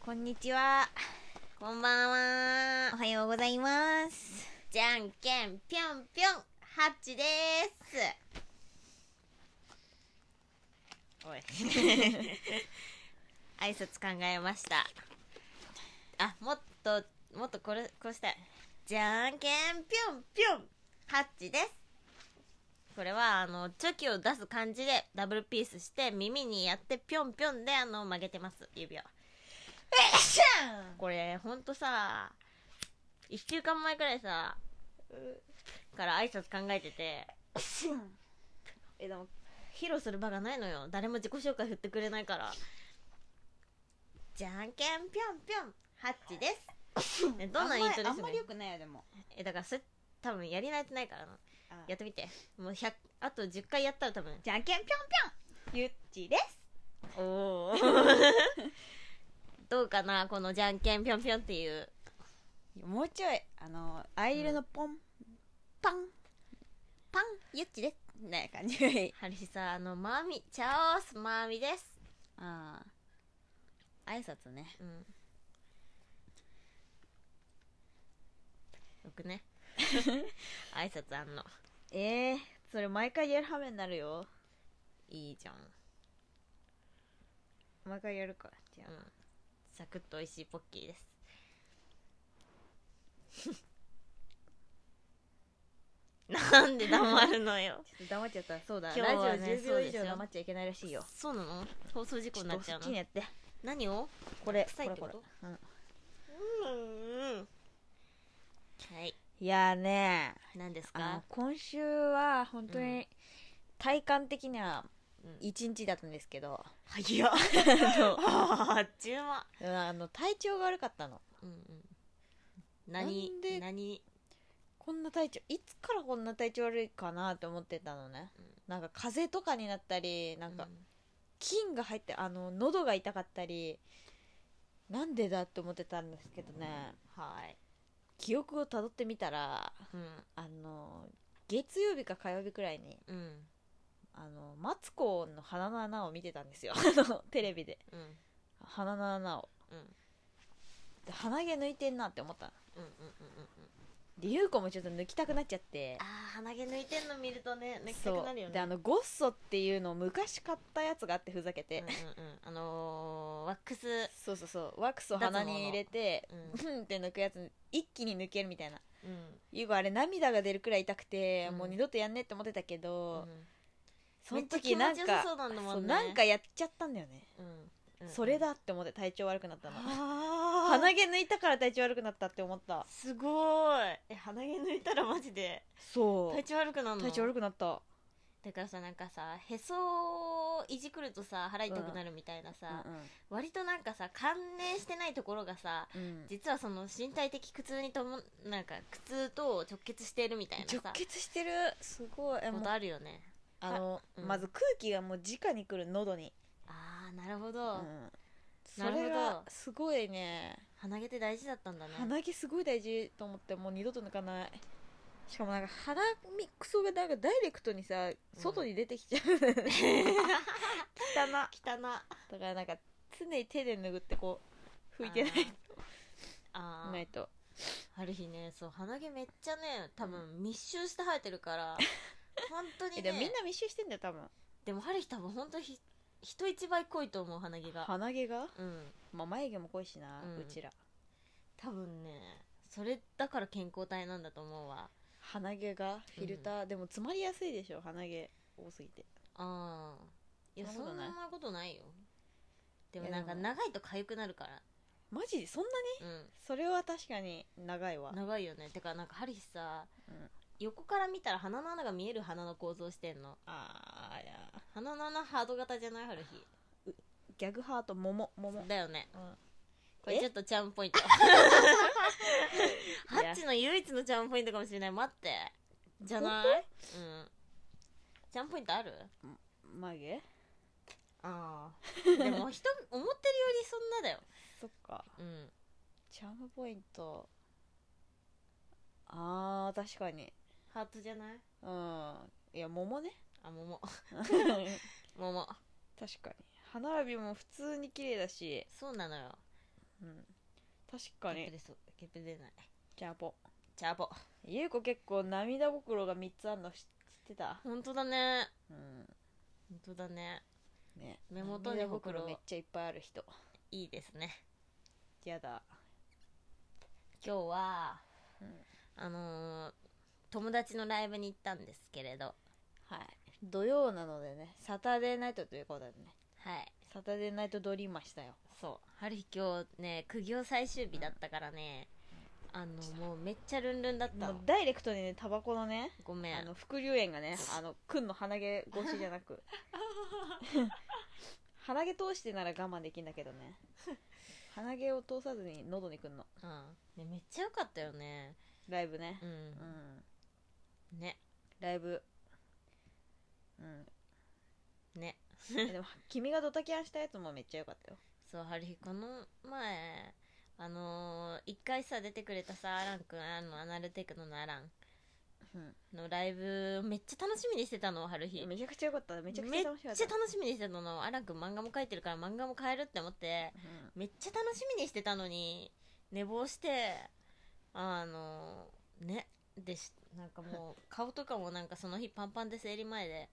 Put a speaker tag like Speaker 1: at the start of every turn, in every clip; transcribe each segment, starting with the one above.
Speaker 1: こんにちは。
Speaker 2: こんばん
Speaker 1: お
Speaker 2: は。
Speaker 1: はようございます。
Speaker 2: じゃんけんぴょんぴょんハッチです。 おい。挨拶考えました。あ、もっともっとこれこうしたい。じゃんけんぴょんぴょんハッチです。これはあのチョキを出す感じでダブルピースして耳にやってぴょんぴょんであの曲げてます指を。これほんとさ1週間前くらいさから挨拶考えててえでも披露する場がないのよ誰も自己紹介振ってくれないからじゃんけんぴょんぴょんハッチですえどんなイントです
Speaker 1: あんまりあん
Speaker 2: ね
Speaker 1: まりよくないよ、でも。
Speaker 2: えだからそれ多分やり慣れてないからな
Speaker 1: あ
Speaker 2: やってみてもう100あと10回やったら多分
Speaker 1: じゃんけんぴょんぴょんゆっちです。
Speaker 2: おおどうかなこのじゃんけんぴょんぴょんっていう
Speaker 1: もうちょい、あの、アイリルのポン、パン、パン、ゆっちです。みたいな感じがいい。
Speaker 2: ハリさんあのマーミチャオスマーミです
Speaker 1: ああ。挨拶ね。
Speaker 2: うん。よくね。挨拶あんの。
Speaker 1: ええそれ毎回やるはめになるよ。
Speaker 2: いいじゃん。
Speaker 1: 毎回やるか。じゃ
Speaker 2: うん。サクッと美味しいポッキーです。 なんで黙るのよ。
Speaker 1: ちょっと黙っちゃった。そうだ、
Speaker 2: 今日はね
Speaker 1: ラジオ10
Speaker 2: そ
Speaker 1: 秒
Speaker 2: うで
Speaker 1: 以
Speaker 2: すよ
Speaker 1: 上黙っちゃいけないらしいよ。
Speaker 2: そうなの放送事故になっちゃう
Speaker 1: ちょっとそっちに
Speaker 2: の
Speaker 1: やって。
Speaker 2: 何を
Speaker 1: これ、
Speaker 2: 臭いってこ
Speaker 1: これ
Speaker 2: と
Speaker 1: これうん
Speaker 2: うん。はい。
Speaker 1: いやーね
Speaker 2: 何です
Speaker 1: あ
Speaker 2: か
Speaker 1: の今週は本当
Speaker 2: う
Speaker 1: に体感的には
Speaker 2: うん
Speaker 1: 一日だったんですけど、
Speaker 2: 早っ。あっちゅうま。
Speaker 1: うんあの体調が悪かったの
Speaker 2: うんうん。何
Speaker 1: なんで
Speaker 2: 何
Speaker 1: こんな体調いつからこんな体調悪いかなと思ってたのね、
Speaker 2: うん
Speaker 1: なんか風邪とかになったりなん
Speaker 2: う
Speaker 1: か菌が入ってあの喉が痛かったりなんでだって思ってたんですけどね、
Speaker 2: はい。
Speaker 1: 記憶をたどってみたら
Speaker 2: うん。
Speaker 1: あの月曜日か火曜日くらいに
Speaker 2: うん。
Speaker 1: あのマツコの鼻の穴を見てたんですよ あのテレビで
Speaker 2: うん。
Speaker 1: 鼻の穴を
Speaker 2: うん。うん。
Speaker 1: で鼻毛抜いてんなって思ったの
Speaker 2: うん。うん。
Speaker 1: で優子もちょっと抜きたくなっちゃって
Speaker 2: ああ、鼻毛抜いてんの見るとね、抜きた
Speaker 1: そ
Speaker 2: く
Speaker 1: う
Speaker 2: なるよね。
Speaker 1: であのゴッソっていうのを昔買ったやつがあってふざ
Speaker 2: う
Speaker 1: け
Speaker 2: ん
Speaker 1: て、
Speaker 2: うんうん。あのー、ワックス。
Speaker 1: そうそうそうワックスを鼻に入れて
Speaker 2: うん。
Speaker 1: ふんって抜くやつ一気に抜けるみたいな
Speaker 2: うん。
Speaker 1: 優子あれ涙が出るくらい痛くて、
Speaker 2: うん
Speaker 1: もう二度とやんねって思ってたけ
Speaker 2: う
Speaker 1: ど、
Speaker 2: ん
Speaker 1: その時なん
Speaker 2: めっちゃ気持ちよさ
Speaker 1: か
Speaker 2: そうなんだもんね
Speaker 1: そうなんかやっちゃったんだよね、
Speaker 2: うん。うん
Speaker 1: それ。だって思って体調悪くなったの
Speaker 2: ああ。
Speaker 1: 鼻毛抜いたから体調悪くなったって思った
Speaker 2: すごい。え、鼻毛抜いたらマジで。
Speaker 1: そ
Speaker 2: 体調悪くなるの
Speaker 1: 体調悪くなった
Speaker 2: だからさ、なんかさ、へそをいじくるとさ、腹痛くなるみたいなさ、割となんかさ、関連してないところがさ、
Speaker 1: うんうん
Speaker 2: 実はその身体的苦痛にともなんか苦痛と直結しているみたいなさ
Speaker 1: 直結してるすごいえも
Speaker 2: こ
Speaker 1: う
Speaker 2: とあるよね
Speaker 1: あの、
Speaker 2: うん
Speaker 1: まず空気がもう直に来る喉に、
Speaker 2: ああなるほど、
Speaker 1: うんそ
Speaker 2: なるほど
Speaker 1: れがすごいね
Speaker 2: 鼻毛って大事だったんだね
Speaker 1: 鼻毛すごい大事と思ってもう二度と抜かないしかもなんか鼻ミックスがなんかダイレクトにさ外に出てきちゃう、 汚な
Speaker 2: 汚な
Speaker 1: だからなんか常に手で拭ってこう拭いてない
Speaker 2: あー
Speaker 1: ないと
Speaker 2: ある日ねそう鼻毛めっちゃね多分密集して生えてるから 本当に
Speaker 1: え
Speaker 2: ね
Speaker 1: でもみんな密集してんだよ多分
Speaker 2: でもある日多分本当ひ人一倍濃いと思う鼻毛が
Speaker 1: 鼻毛が、
Speaker 2: うん
Speaker 1: まあ、眉毛も濃いしな、
Speaker 2: う
Speaker 1: うんちら
Speaker 2: 多分ねそれだから健康体なんだと思うわ
Speaker 1: 鼻毛がフィルター、でも詰まりやすいでしょ鼻毛多すぎて
Speaker 2: ああいや
Speaker 1: そ
Speaker 2: そ
Speaker 1: んなこと
Speaker 2: んなことな
Speaker 1: ない
Speaker 2: いよでも
Speaker 1: いや
Speaker 2: な
Speaker 1: で
Speaker 2: ん
Speaker 1: も
Speaker 2: か長いと痒くなるから
Speaker 1: マジでそんなに
Speaker 2: う
Speaker 1: それは確かに長いわ
Speaker 2: ん長いよねてかなんかハリヒさ、
Speaker 1: うん
Speaker 2: 横から見たら鼻の穴が見える鼻の構造してんの
Speaker 1: あーいや
Speaker 2: 鼻の穴ハート型じゃないハルヒ
Speaker 1: ギャグハート桃桃、うん、
Speaker 2: だよねこ
Speaker 1: え
Speaker 2: れちょっとチャームポイン トハッチの唯一のチャームポイントかもしれない待ってじゃないうんチャームポイントある
Speaker 1: 眉毛
Speaker 2: ああでも人思ってるよりそんなだよ
Speaker 1: そっか
Speaker 2: うん
Speaker 1: チャームポイントあー確かに
Speaker 2: ハートじゃない
Speaker 1: うんいや桃ね
Speaker 2: あ桃
Speaker 1: 確か
Speaker 2: 桃
Speaker 1: に歯並びも普通に綺麗だし
Speaker 2: そうなのよ
Speaker 1: うん、確か
Speaker 2: ゲップ
Speaker 1: に
Speaker 2: 出そうゲップ出ない
Speaker 1: じゃあポ
Speaker 2: チャボ
Speaker 1: 優子結構涙袋が3つあるの知ってた
Speaker 2: 本当だね
Speaker 1: うん
Speaker 2: 本当だね
Speaker 1: ね
Speaker 2: 目元にほくろ
Speaker 1: 涙めっちゃいっぱいある人
Speaker 2: いいですね
Speaker 1: やだ
Speaker 2: 今日は、
Speaker 1: うん
Speaker 2: あのー友達のライブに行ったんですけれど
Speaker 1: はい土曜なのでねサタデーナイトということでね
Speaker 2: はい
Speaker 1: サタデーナイトドリーマしたよ
Speaker 2: そう春日今日ね苦行最終日だったからね、あのもうめっちゃルンルンだった
Speaker 1: も
Speaker 2: の
Speaker 1: うダイレクトにねタバコのね
Speaker 2: ごめん
Speaker 1: あの副流煙がねあのくんの鼻毛越しじゃな く鼻毛通してなら我慢できんだけどね鼻毛を通さずに喉にくんの
Speaker 2: うんね、めっちゃ良かったよね
Speaker 1: ライブね
Speaker 2: うん、
Speaker 1: うん
Speaker 2: ね
Speaker 1: ライブうん
Speaker 2: ね
Speaker 1: えでも君がドタキャンしたやつもめっちゃ良かったよ
Speaker 2: そう春日この前あのー、一回さ出てくれたさアランくんあのアナルテクノのアラン
Speaker 1: うん
Speaker 2: のライブめっちゃ楽しみにしてたの春日
Speaker 1: めちゃくちゃ良かっためちゃくちゃ楽しか
Speaker 2: め
Speaker 1: っ
Speaker 2: っち
Speaker 1: た
Speaker 2: ゃ楽しみにしてたのアランくん漫画も描いてるから漫画も変えるって思って
Speaker 1: うん
Speaker 2: めっちゃ楽しみにしてたのに寝坊してあのねでしなんかもう顔とかもなんかその日パンパンで生理前で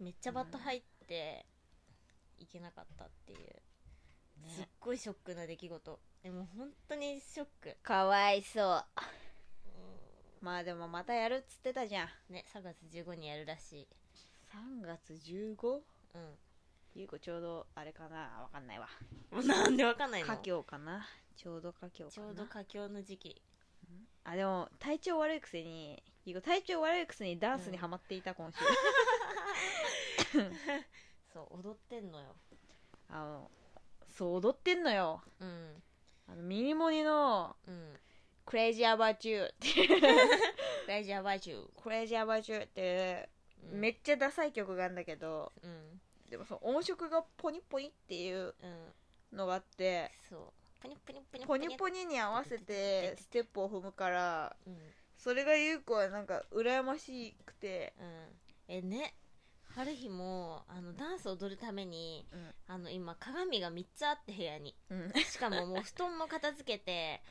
Speaker 2: めっちゃバット入っていけなかったっていう、すっ
Speaker 1: ね
Speaker 2: ごいショックな出来事でも本当にショック、
Speaker 1: かわいそうまあでもまたやるっつってたじゃん
Speaker 2: うんね3月15にやるらしい
Speaker 1: 3月 15?
Speaker 2: う
Speaker 1: ゆうこちょうどあれかなわかんないわ
Speaker 2: んなんでわかんないの
Speaker 1: 佳境かなちょうど佳境かな
Speaker 2: ちょうど佳境の時期
Speaker 1: あでも体調悪いくせにゆうこ体調悪いくせにダンスにハマっていた今 週、
Speaker 2: そう踊ってんのよ
Speaker 1: あのそう踊ってんのよ
Speaker 2: うん
Speaker 1: あのミニモニの
Speaker 2: うん
Speaker 1: 「クレイジーアバーチュー」っていう
Speaker 2: 大事やばいちゅう
Speaker 1: 「 クレイジーアバーチュー」って
Speaker 2: うん
Speaker 1: めっちゃダサい曲があるんだけど
Speaker 2: うん
Speaker 1: でもその音色がポニポニっていう
Speaker 2: うん
Speaker 1: のがあって
Speaker 2: そうポニョポニョポニョ
Speaker 1: ポニポニに合わせてステップを踏むから
Speaker 2: うんうん
Speaker 1: それが優子はなんか羨ましくて、
Speaker 2: えね春日もあのダンス踊るために
Speaker 1: うん
Speaker 2: あの今鏡が3つあって部屋に
Speaker 1: うん
Speaker 2: し かももう布団も片付けて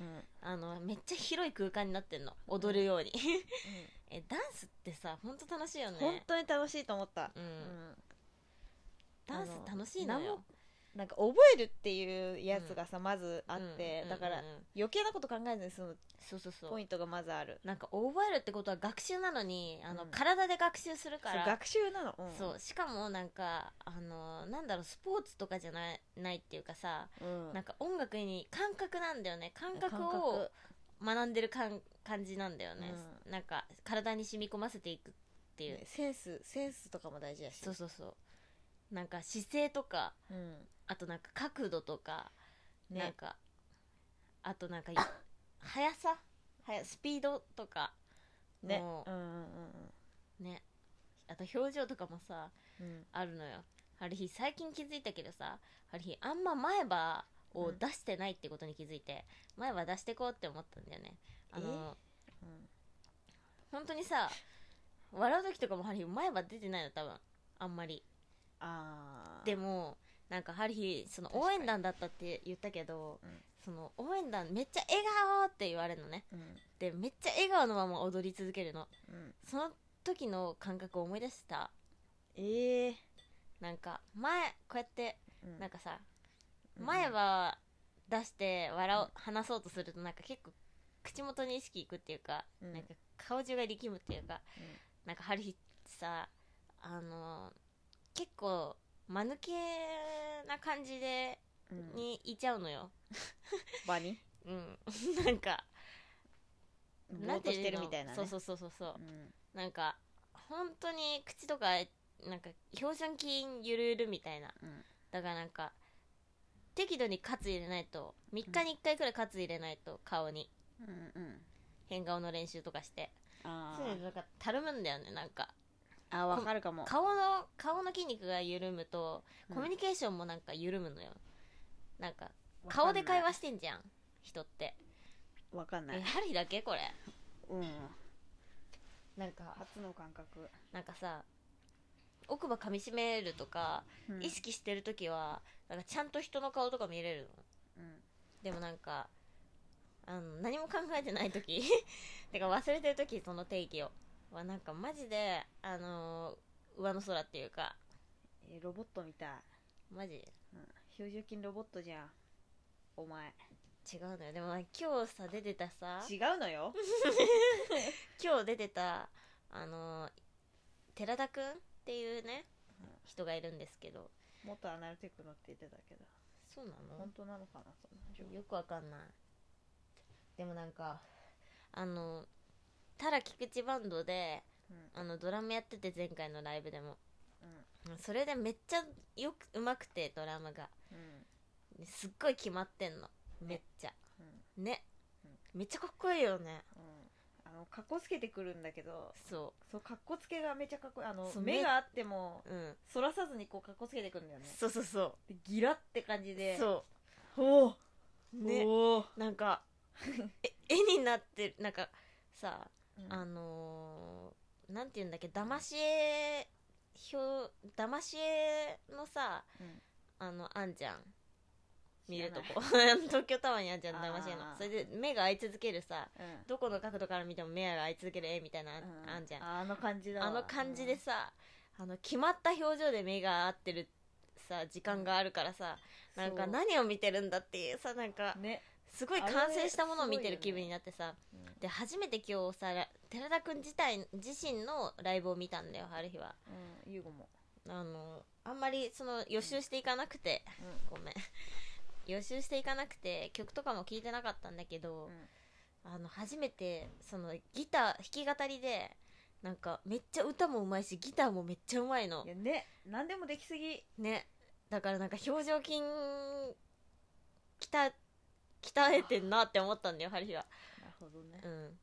Speaker 2: あのめっちゃ広い空間になってんの踊るように えダンスってさほんと楽しいよね
Speaker 1: 本当に楽しいと思った、
Speaker 2: うん
Speaker 1: うん
Speaker 2: ダンス楽しい
Speaker 1: あ
Speaker 2: の
Speaker 1: の何
Speaker 2: よ
Speaker 1: もなんか覚えるっていうやつがさ、まずあって、
Speaker 2: うん
Speaker 1: だから
Speaker 2: うんうんうん
Speaker 1: 余計なこと考えずにその
Speaker 2: そうそうそ
Speaker 1: ポ
Speaker 2: う
Speaker 1: イントがまずある
Speaker 2: なんか覚えるってことは学習なのにあの、
Speaker 1: うん
Speaker 2: 体で学習する
Speaker 1: そ
Speaker 2: か
Speaker 1: う
Speaker 2: ら
Speaker 1: 学習なの、うん、
Speaker 2: そうしかもなんかあのなんだろうスポーツとかじゃないないっていうかさ、
Speaker 1: うん、
Speaker 2: なんか音楽に感覚なんだよね感覚
Speaker 1: 感
Speaker 2: を
Speaker 1: 覚
Speaker 2: 学んでる感感じなんだよね、なんか体に染み込ませていくっていう、
Speaker 1: ねセンスセンスとかも大事だし
Speaker 2: そうそうそうなんか姿勢とか
Speaker 1: うん
Speaker 2: あとなんか角度とか、なん
Speaker 1: ね
Speaker 2: かあとなんかい速さ速スピードとか
Speaker 1: ね
Speaker 2: も
Speaker 1: うんうん
Speaker 2: ねあと表情とかもさ
Speaker 1: うんうん
Speaker 2: あるのよある日最近気づいたけどさある日あんま前歯を出してないってことに気づいて、前歯出してこうって思ったんだよねあの
Speaker 1: うん
Speaker 2: 本当にさ笑う時とかもハリー前歯出てないの多分あんまり
Speaker 1: あー
Speaker 2: でもなんかハリーその応援団だったって言ったけど、
Speaker 1: うん
Speaker 2: その応援団めっちゃ笑顔って言われるのね
Speaker 1: うん
Speaker 2: でめっちゃ笑顔のまま踊り続けるの
Speaker 1: うん
Speaker 2: その時の感覚を思い出した
Speaker 1: ええ
Speaker 2: なんか前こうやって
Speaker 1: うん
Speaker 2: なんかさ
Speaker 1: うん
Speaker 2: 前歯出して笑おう
Speaker 1: うん
Speaker 2: 話そうとするとなんか結構口元に意識いくっていうか、
Speaker 1: うん
Speaker 2: なんか顔中が力むっていうか、
Speaker 1: うん
Speaker 2: なんか春日さあのー結構間抜けな感じで
Speaker 1: うん
Speaker 2: にいちゃうのよ
Speaker 1: 場に
Speaker 2: うん、なん か
Speaker 1: ぼーっとしてるみたいなね
Speaker 2: そうそうそうそうそう
Speaker 1: う、ん
Speaker 2: なんか本当に口とかなんか表情筋ゆるゆるみたいな
Speaker 1: うん
Speaker 2: だからなんか適度にカツ入れないと3日に1回くらいカツ入れないと顔に
Speaker 1: うんうん
Speaker 2: 変顔の練習とかして
Speaker 1: あ
Speaker 2: そういうのなんかたるむんだよねなんか
Speaker 1: ーあーわかるかも
Speaker 2: 顔の顔の筋肉が緩むと
Speaker 1: うん
Speaker 2: コミュニケーションもなんか緩むのよ、なんか顔で会話してんじゃん人って
Speaker 1: わかんない
Speaker 2: えハリーだけこれ
Speaker 1: うん
Speaker 2: なんか
Speaker 1: 初の感覚、
Speaker 2: なんかさ奥歯噛みしめるとか、
Speaker 1: うん
Speaker 2: 意識してる時はなんかちゃんと人の顔とか見れるの
Speaker 1: うん
Speaker 2: でもなんかあの何も考えてない時 てか忘れてる時その定義をはなんかマジであのー上の空っていうか
Speaker 1: えーロボットみたい、
Speaker 2: マジ
Speaker 1: うん、表情筋ロボットじゃんお前
Speaker 2: 違うのよでもなんか今日さ出てたさ
Speaker 1: 違うのよ
Speaker 2: 今日出てたあのー寺田くんっていうね
Speaker 1: うん
Speaker 2: 人がいるんですけど
Speaker 1: 元アナルテクノって言ってたけど、
Speaker 2: そうなの
Speaker 1: 本当なのかなそんな情報
Speaker 2: よくわかんないでもなんかあのたら菊池バンドで
Speaker 1: うん
Speaker 2: あのドラムやってて前回のライブでも
Speaker 1: うん
Speaker 2: それでめっちゃよくうまくてドラムが
Speaker 1: うん
Speaker 2: すっごい決まってんのめっちゃ
Speaker 1: うん
Speaker 2: ねめっちゃかっこいいよね
Speaker 1: うんあのかっこつけてくるんだけど
Speaker 2: そ
Speaker 1: そうかっこつけがめちゃかっこいいあの
Speaker 2: そう
Speaker 1: 目
Speaker 2: 目
Speaker 1: があっても
Speaker 2: ううん
Speaker 1: そらさずにこうかっこつけてくるんだよね
Speaker 2: そうそうそ
Speaker 1: でギラって感じ
Speaker 2: う
Speaker 1: でう
Speaker 2: そ
Speaker 1: おー
Speaker 2: うね
Speaker 1: おー
Speaker 2: なん かえ絵になってるなんかさ
Speaker 1: うん
Speaker 2: あのーなんて言うんだっけ騙し絵表騙し絵のさ
Speaker 1: うん
Speaker 2: あのあんじゃん見
Speaker 1: 知ら
Speaker 2: る
Speaker 1: な
Speaker 2: と
Speaker 1: い
Speaker 2: こ 東京タワーにあんじゃん騙し絵の
Speaker 1: あー
Speaker 2: それで目が合い続けるさ
Speaker 1: うん
Speaker 2: どこの角度から見ても目が合い続ける絵みたいな
Speaker 1: う
Speaker 2: あんじゃん
Speaker 1: あの感じだわ
Speaker 2: あの感じでさあの決まった表情で目が合ってるさ時間があるからさ
Speaker 1: うん
Speaker 2: なんか
Speaker 1: そう
Speaker 2: 何を見てるんだっていうさなんか
Speaker 1: ね
Speaker 2: すごい
Speaker 1: あれ
Speaker 2: 完成したものを見てる
Speaker 1: すごい
Speaker 2: 気
Speaker 1: よね
Speaker 2: 分になってさ
Speaker 1: うん
Speaker 2: で初めて今日さら寺田君自体自身のライブを見たんだよある日は
Speaker 1: うん優吾 も
Speaker 2: あのあんまりその予習していかなくて、
Speaker 1: う
Speaker 2: ごめん予習していかなくて曲とかも聴いてなかったんだけど、あの初めてそのギター弾き語りでなんかめっちゃ歌もうまいしギターもめっちゃうまいの
Speaker 1: いやね何でもできすぎ
Speaker 2: ねだからなんか表情筋鍛え鍛えてんなって思ったんだよハリヒは
Speaker 1: なるほどね
Speaker 2: うん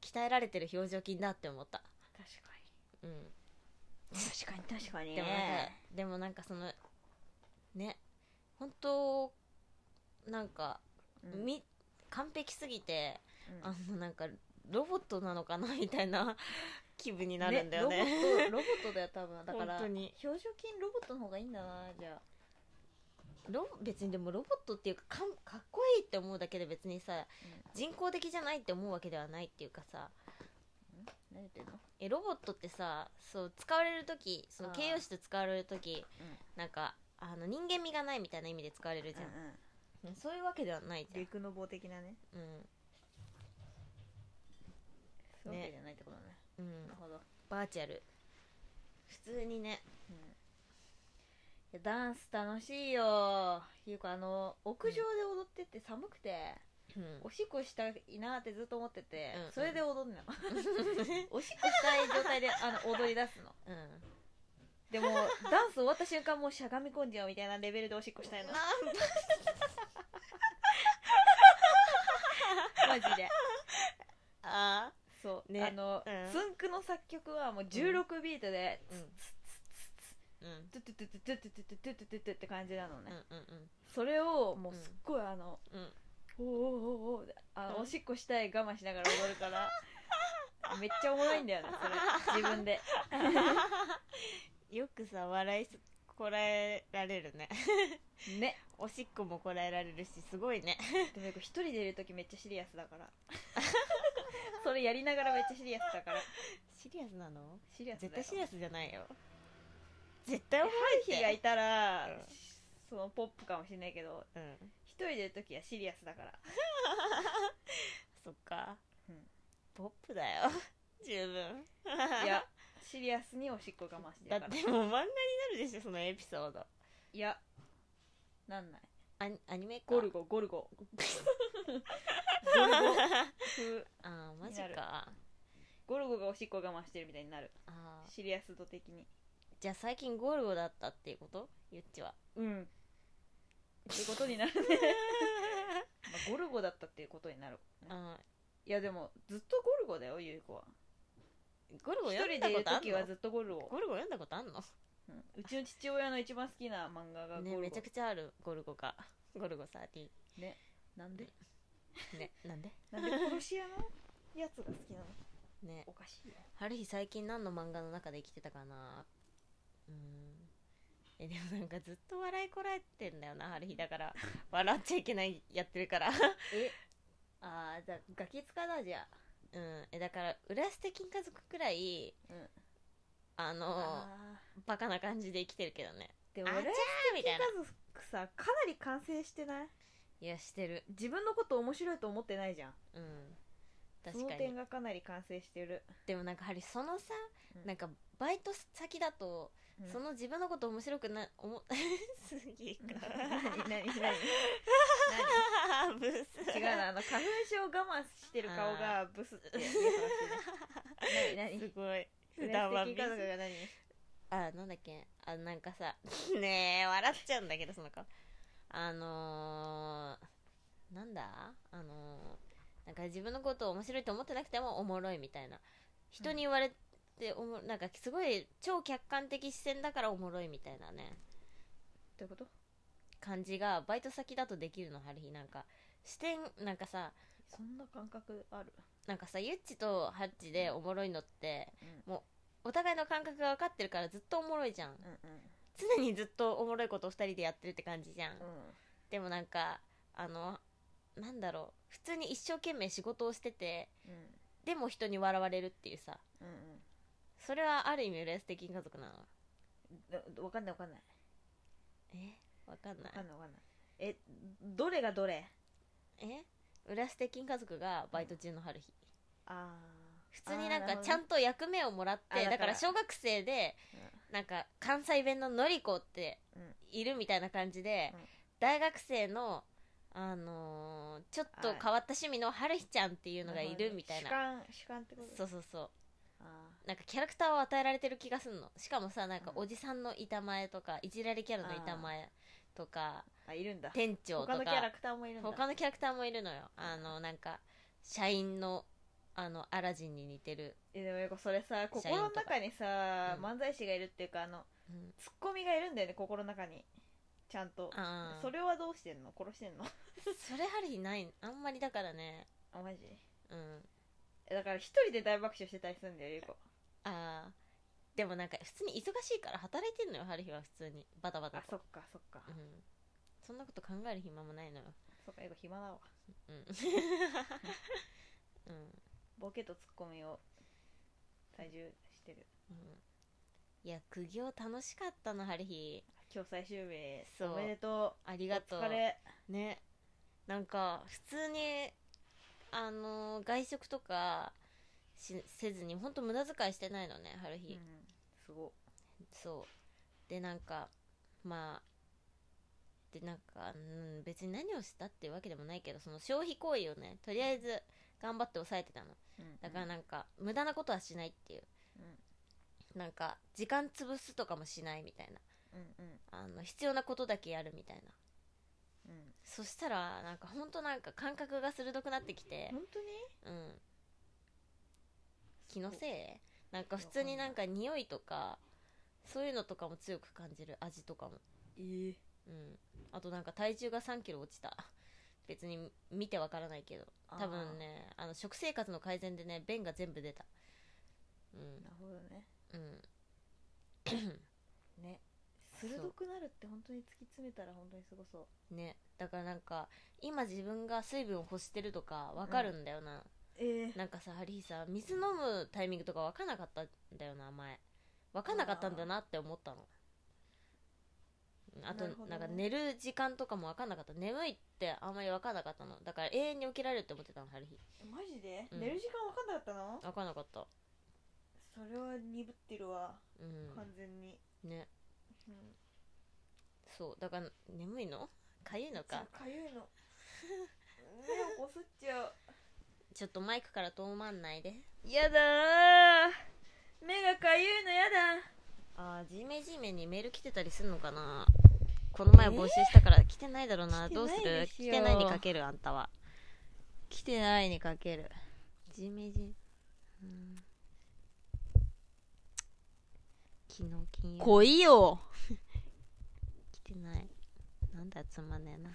Speaker 2: 鍛えられてる表情筋だって思った
Speaker 1: 確か
Speaker 2: うん
Speaker 1: に確かに確かに
Speaker 2: でもなんか、でもなんかそのね本当なんか、
Speaker 1: うん
Speaker 2: み完璧すぎて、
Speaker 1: うん
Speaker 2: あのなんかロボットなのかなみたいな 気分になるんだよね
Speaker 1: ロボットロボットだよ多分だから
Speaker 2: 本当に
Speaker 1: 表情筋ロボットの方がいいんだなじゃ
Speaker 2: ロ別にでもロボットっていうかかんかっこいいって思うだけで別にさ
Speaker 1: あ、
Speaker 2: 人工的じゃないって思うわけではないっていうかさ
Speaker 1: 何言ってんの
Speaker 2: えロボットってさそう使われる時その
Speaker 1: あー
Speaker 2: 形容詞と使われる時
Speaker 1: うん
Speaker 2: なんかあの人間味がないみたいな意味で使われるじゃん、そういうわけではないじゃん
Speaker 1: 陸、の棒的なね
Speaker 2: うん
Speaker 1: そういうわけじゃないってことね
Speaker 2: うん
Speaker 1: なる、ほど、
Speaker 2: バーチャル普通にね
Speaker 1: うんいやダンス楽しいよいうかあの屋上で踊ってて寒くて、
Speaker 2: うん
Speaker 1: おしっこしたいなってずっと思ってて、
Speaker 2: うんうん
Speaker 1: それで踊んのおしっこしたい状態であの踊り出すの
Speaker 2: うん
Speaker 1: でもダンス終わった瞬間もうしゃがみ込んじゃうみたいなレベルでおしっこしたいのマジで
Speaker 2: あ
Speaker 1: そう、
Speaker 2: ね
Speaker 1: あの、
Speaker 2: うん
Speaker 1: つんくの作曲はもう16ビートで、
Speaker 2: うんうん
Speaker 1: トゥトゥトゥトゥトゥトゥトゥトゥトゥトゥトゥって感じなの
Speaker 2: うん
Speaker 1: ね、
Speaker 2: うんうん
Speaker 1: それをもうすっごいあの、
Speaker 2: うん
Speaker 1: おーおーおーおーあの、
Speaker 2: うん
Speaker 1: おしっこしたい我慢しながら踊るからめっちゃおもろいんだよねそれ自分で
Speaker 2: よくさ笑いすこらえられるね
Speaker 1: ね
Speaker 2: おしっこもこらえられるしすごいね
Speaker 1: でもよく一人でいる時めっちゃシリアスだから それやりながらめっちゃシリアスだ から
Speaker 2: シリアスなの
Speaker 1: シリアスだよ
Speaker 2: 絶対シリアスじゃないよ絶対重いって
Speaker 1: ヒーがいたら、
Speaker 2: うん
Speaker 1: そのポップかもしれないけど
Speaker 2: うん
Speaker 1: 一人でいる時はシリアスだから
Speaker 2: そっか
Speaker 1: うん
Speaker 2: ポップだよ 十分
Speaker 1: いやシリアスにおしっこ我慢して
Speaker 2: だっ
Speaker 1: るから
Speaker 2: てもう漫画になるでしょそのエピソード
Speaker 1: いやなんない
Speaker 2: アニアニメか
Speaker 1: ゴルゴゴルゴゴルゴ風
Speaker 2: あーマジ
Speaker 1: に
Speaker 2: か
Speaker 1: ゴルゴがおしっこ我慢してるみたいになる
Speaker 2: あー
Speaker 1: シリアス度的に
Speaker 2: じゃあ最近ゴルゴだったっていうことゆっちは
Speaker 1: うんってことになるね、 まあ、ゴルゴだったっていうことになる
Speaker 2: あ
Speaker 1: いやでもずっとゴルゴだよゆい子は
Speaker 2: ーゴルゴ
Speaker 1: 一
Speaker 2: 読ん
Speaker 1: 人
Speaker 2: だこ
Speaker 1: でいる
Speaker 2: とあん
Speaker 1: 時はず
Speaker 2: の
Speaker 1: っとゴルゴ、
Speaker 2: ゴルゴ読んだことあんの
Speaker 1: うんうちの父親の一番好きな漫画がゴル
Speaker 2: ね
Speaker 1: ゴ、
Speaker 2: めちゃくちゃあるゴルゴがゴルゴ13
Speaker 1: なんで
Speaker 2: ねなんで
Speaker 1: なんで殺し屋のやつが好きなの
Speaker 2: ね
Speaker 1: おかしいよ
Speaker 2: ある日最近何の漫画の中で生きてたかなうーんえでもなんかずっと笑いこらえてんだよな春日だから笑っちゃいけないやってる から
Speaker 1: え
Speaker 2: ああじゃあガキ使うなじゃあうんえだから浦捨て金家族くらい、
Speaker 1: うん
Speaker 2: あの
Speaker 1: あ
Speaker 2: バカな感じで生きてるけどね
Speaker 1: ーで
Speaker 2: あ
Speaker 1: も
Speaker 2: ちゃー
Speaker 1: 俺
Speaker 2: みたいな
Speaker 1: 家族さかなり完成してない
Speaker 2: いやしてる
Speaker 1: 自分のこと面白いと思ってないじゃん
Speaker 2: うん
Speaker 1: そ
Speaker 2: 確
Speaker 1: の
Speaker 2: か
Speaker 1: 点
Speaker 2: に
Speaker 1: がかなり完成してる、
Speaker 2: でもなんか春日そのさ、
Speaker 1: うん
Speaker 2: なんかバイト先だと、
Speaker 1: うん
Speaker 2: その自分のこと面白くなおも すぎか
Speaker 1: 何何何何
Speaker 2: ブス
Speaker 1: 違うなあの花粉症を我慢してる顔がブスってや つ何何
Speaker 2: すごい
Speaker 1: 裏
Speaker 2: は
Speaker 1: 素敵家族 が何
Speaker 2: あなんだっけあなんかさ ねえ笑っちゃうんだけどその顔あのー、なんだあのー、なんか自分のことを面白いと思ってなくてもおもろいみたいな人に言われておもなんかすごい超客観的視線だからおもろいみたいなね
Speaker 1: どういうこと
Speaker 2: 感じがバイト先だとできるの春日なんか視点なんかさ
Speaker 1: そんな感覚ある、
Speaker 2: なんかさゆっちとハッチでおもろいのって
Speaker 1: うん、
Speaker 2: お互いの感覚が分かってるからずっとおもろいじゃん
Speaker 1: うんうん
Speaker 2: 常にずっとおもろいことを2人でやってるって感じじゃん、
Speaker 1: うん
Speaker 2: でもなんかあのなんだろう普通に一生懸命仕事をしてて
Speaker 1: うん
Speaker 2: でも人に笑われるっていうさ
Speaker 1: うんうん
Speaker 2: それはある意味浦ス的家族なの
Speaker 1: だわかんないわかんない
Speaker 2: えわかんな
Speaker 1: わ
Speaker 2: い
Speaker 1: かんないわかんないえどれがどれ
Speaker 2: え浦ス的家族がバイト中の春日、
Speaker 1: あ
Speaker 2: 普通になん
Speaker 1: あ
Speaker 2: か
Speaker 1: ーなるほどね
Speaker 2: ちゃんと役目をもらっ
Speaker 1: あだ
Speaker 2: て
Speaker 1: から
Speaker 2: だから小学生でなんか関西弁ののりこって
Speaker 1: あ、うん、
Speaker 2: いるみたいな感じで、
Speaker 1: うん
Speaker 2: 大学生のあのーちょっと変わった趣味の春日ちゃんっていうのがいるみたいな、
Speaker 1: 主観主観ってこと
Speaker 2: そううそうそう
Speaker 1: あ
Speaker 2: なんかキャラクターを与えられてる気がすんのしかもさなんか
Speaker 1: うん
Speaker 2: おじさんの板前とかいじられキャラの板前とか
Speaker 1: ーあいるんだ
Speaker 2: 店長とか
Speaker 1: 他のキャラクターもいるんだ
Speaker 2: 他のキャラクターもいるのよあのなんか社員のあのアラジンに似てる、
Speaker 1: えでもよくそれさ
Speaker 2: とか
Speaker 1: 心の中にさ、
Speaker 2: うん
Speaker 1: 漫才師がいるっていうかあの
Speaker 2: うん、
Speaker 1: ツッコミがいるんだよね心の中にちゃんと
Speaker 2: あー
Speaker 1: それはどうしてんの殺してんの
Speaker 2: それある日ないあんまりだからね
Speaker 1: あマジ
Speaker 2: うん
Speaker 1: えだから一人で大爆笑してたりするんだよゆうこ
Speaker 2: あーでもなんか普通に忙しいから働いてんのよ春日は普通にバタバタ
Speaker 1: あ
Speaker 2: と
Speaker 1: そっかそっか、
Speaker 2: うん、そんなこと考える暇もないのよ
Speaker 1: そっかゆうこ暇だわ
Speaker 2: うん うん
Speaker 1: ボケとツッコミを体重してる
Speaker 2: いや苦行楽しかったな春日
Speaker 1: 今日最終日
Speaker 2: そう
Speaker 1: おめでと
Speaker 2: あり
Speaker 1: う
Speaker 2: がとう
Speaker 1: お疲れ
Speaker 2: ねなんか普通にあのー外食とかしせずにほんと無駄遣いしてないのね春
Speaker 1: う
Speaker 2: 日、
Speaker 1: んすご
Speaker 2: そうでなんかまあでなんか、うん、別に何をしたっていうわけでもないけどその消費行為をねとりあえず頑張って抑えてたの
Speaker 1: い
Speaker 2: だからなんか、無駄なことはしないっていう
Speaker 1: うん
Speaker 2: なんか時間潰すとかもしないみたいな
Speaker 1: うんうん
Speaker 2: あの必要なことだけやるみたいな
Speaker 1: うん
Speaker 2: そしたらなんかほんとなんか感覚が鋭くなってきて
Speaker 1: 本当に
Speaker 2: うん気のせいなんか普通になんか匂いとかそういうのとかも強く感じる味とかも
Speaker 1: え
Speaker 2: う
Speaker 1: え
Speaker 2: んあとなんか体重が3キロ落ちた別に見てわからないけど多分ねあの食生活の改善でね便が全部出たうん
Speaker 1: なるほどね
Speaker 2: うん
Speaker 1: ね
Speaker 2: そう
Speaker 1: 鋭くなるって本当に突き詰めたら本当にすごそう
Speaker 2: ねだからなんか今自分が水分を欲してるとかわかるんだよな、
Speaker 1: ええ
Speaker 2: なんかさハリーさ水飲むタイミングとか分かんなかったんだよな前分かんなかったんだなって思ったのあと
Speaker 1: なるほど
Speaker 2: な
Speaker 1: ね
Speaker 2: んか寝る時間とかも分かんなかった眠いってあんまり分かんなかったのだから永遠に起きられるって思ってたのハリー
Speaker 1: マジで、
Speaker 2: うん
Speaker 1: 寝る時間分かんなかったの
Speaker 2: 分かんなかった
Speaker 1: それは鈍ってるわ、完
Speaker 2: う
Speaker 1: 全に、
Speaker 2: んね
Speaker 1: うん、
Speaker 2: そうだから眠いのかゆいのか
Speaker 1: かゆいの 目をこすっちゃう
Speaker 2: ちょっとマイクから遠まんないで
Speaker 1: やだー目がかゆいのやだ
Speaker 2: あージメジメにメール来てたりするのかなこの前募集したから来てないだろうな、
Speaker 1: 来て
Speaker 2: どうす
Speaker 1: ないで
Speaker 2: る
Speaker 1: す
Speaker 2: 来
Speaker 1: よ
Speaker 2: てないにかけるあんたは来てないにかけるジメジうん昨日金曜
Speaker 1: 来いよ
Speaker 2: 来てないなんだつまんねえな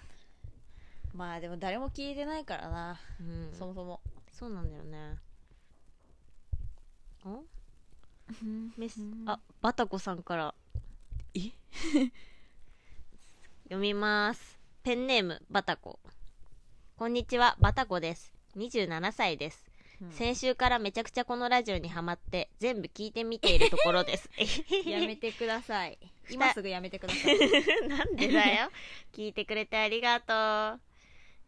Speaker 1: まあでも誰も聞いてないからな、
Speaker 2: うん
Speaker 1: そ
Speaker 2: そ
Speaker 1: もそも
Speaker 2: うなんだよねおメス
Speaker 1: うん
Speaker 2: あバタコさんから
Speaker 1: え
Speaker 2: 読みます。ペンネーム、バタコ。こんにちは、バタコです。27歳です。先週からめちゃくちゃこのラジオにハマって、全部聞いてみているところです。
Speaker 1: やめてくだ さい
Speaker 2: 二
Speaker 1: 今すぐやめてくださ い
Speaker 2: なんでだよ。聞いてくれてありがとう。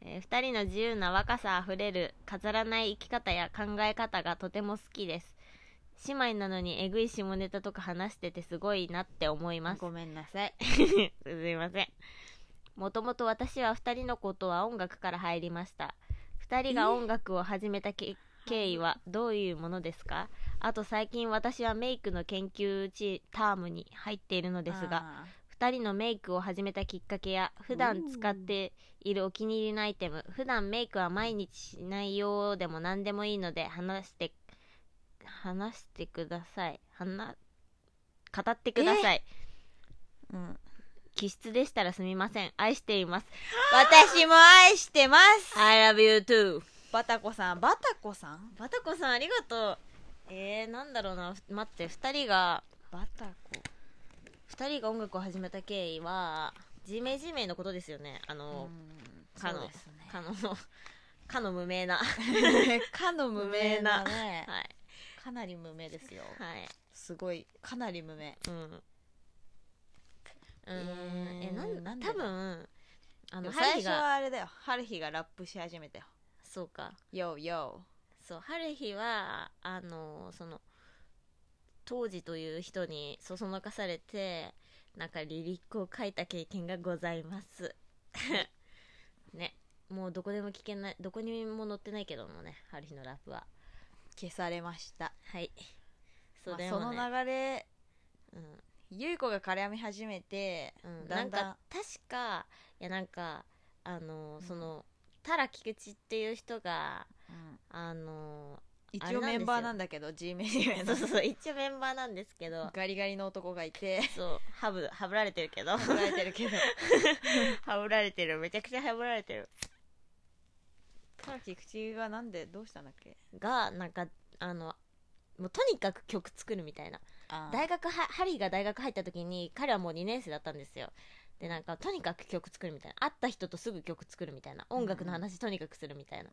Speaker 2: えー二人の自由な若さあふれる飾らない生き方や考え方がとても好きです。姉妹なのにえぐい下ネタとか話しててすごいなって思い ます。
Speaker 1: ごめんなさい
Speaker 2: すいませんもともと私は2人のことは音楽から入りました2人が音楽を始めたけ経緯はどういうものですかあと最近私はメイクの研究チタームに入っているのですが
Speaker 1: あ
Speaker 2: 2人のメイクを始めたきっかけや普段使っているお気に入りのアイテム普段メイクは毎日しないようでも何でもいいので話して話してください話語ってください
Speaker 1: ーうん
Speaker 2: 気質でしたらすみません愛してい ます
Speaker 1: 私も愛してます
Speaker 2: I love you too
Speaker 1: バタコさんバタコさん
Speaker 2: バタコさんありがとうえー、なんだろうなふ待って2人が
Speaker 1: バタコ
Speaker 2: 2人が音楽を始めた経緯はジメジメのことですよねあの、かの、かのかの無名なは
Speaker 1: ね かの無名
Speaker 2: 名
Speaker 1: な
Speaker 2: な
Speaker 1: ね
Speaker 2: い
Speaker 1: かなり無名ですよ
Speaker 2: はい
Speaker 1: すごいかなり無名
Speaker 2: うんうーんえ
Speaker 1: えー
Speaker 2: なん
Speaker 1: なんでだ
Speaker 2: 多分あの
Speaker 1: でも最
Speaker 2: 春日
Speaker 1: 初
Speaker 2: が
Speaker 1: はあれだよ春日がラップし始めたよ
Speaker 2: そうか
Speaker 1: よよ
Speaker 2: そう春日はあのその当時という人にそそのかされてなんかリリックを書いた経験がございます ねもうどこでも聞けないどこにも載ってないけどもね春日のラップは
Speaker 1: 消されました
Speaker 2: はい
Speaker 1: まあ
Speaker 2: それ
Speaker 1: そ
Speaker 2: も
Speaker 1: の
Speaker 2: ね、
Speaker 1: 流れ
Speaker 2: うん
Speaker 1: ゆい子が絡み始めて
Speaker 2: うん、
Speaker 1: だんだん
Speaker 2: なんか確かいやなんかあの
Speaker 1: うん
Speaker 2: その、たら菊池っていう人が
Speaker 1: うん
Speaker 2: あのあ
Speaker 1: 一
Speaker 2: れ
Speaker 1: 応
Speaker 2: なんです
Speaker 1: メ
Speaker 2: よ
Speaker 1: ンバーなんだけど G メディ
Speaker 2: そ
Speaker 1: アの
Speaker 2: うそうそう一応メンバーなんですけど
Speaker 1: ガリガリの男がい て
Speaker 2: そうハブハブられてるけ ど
Speaker 1: 怒られてるけど
Speaker 2: はぶられてるめちゃくちゃはぶられてる
Speaker 1: ただ菊池がなんでどうしたんだっけ
Speaker 2: がなんかあのもうとにかく曲作るみたいな大
Speaker 1: 大
Speaker 2: 学はハリーが大学入った時に彼はもう2年生だったんですよでなんかとにかく曲作るみたいな会った人とすぐ曲作るみたいな音楽の話とにかくするみたいな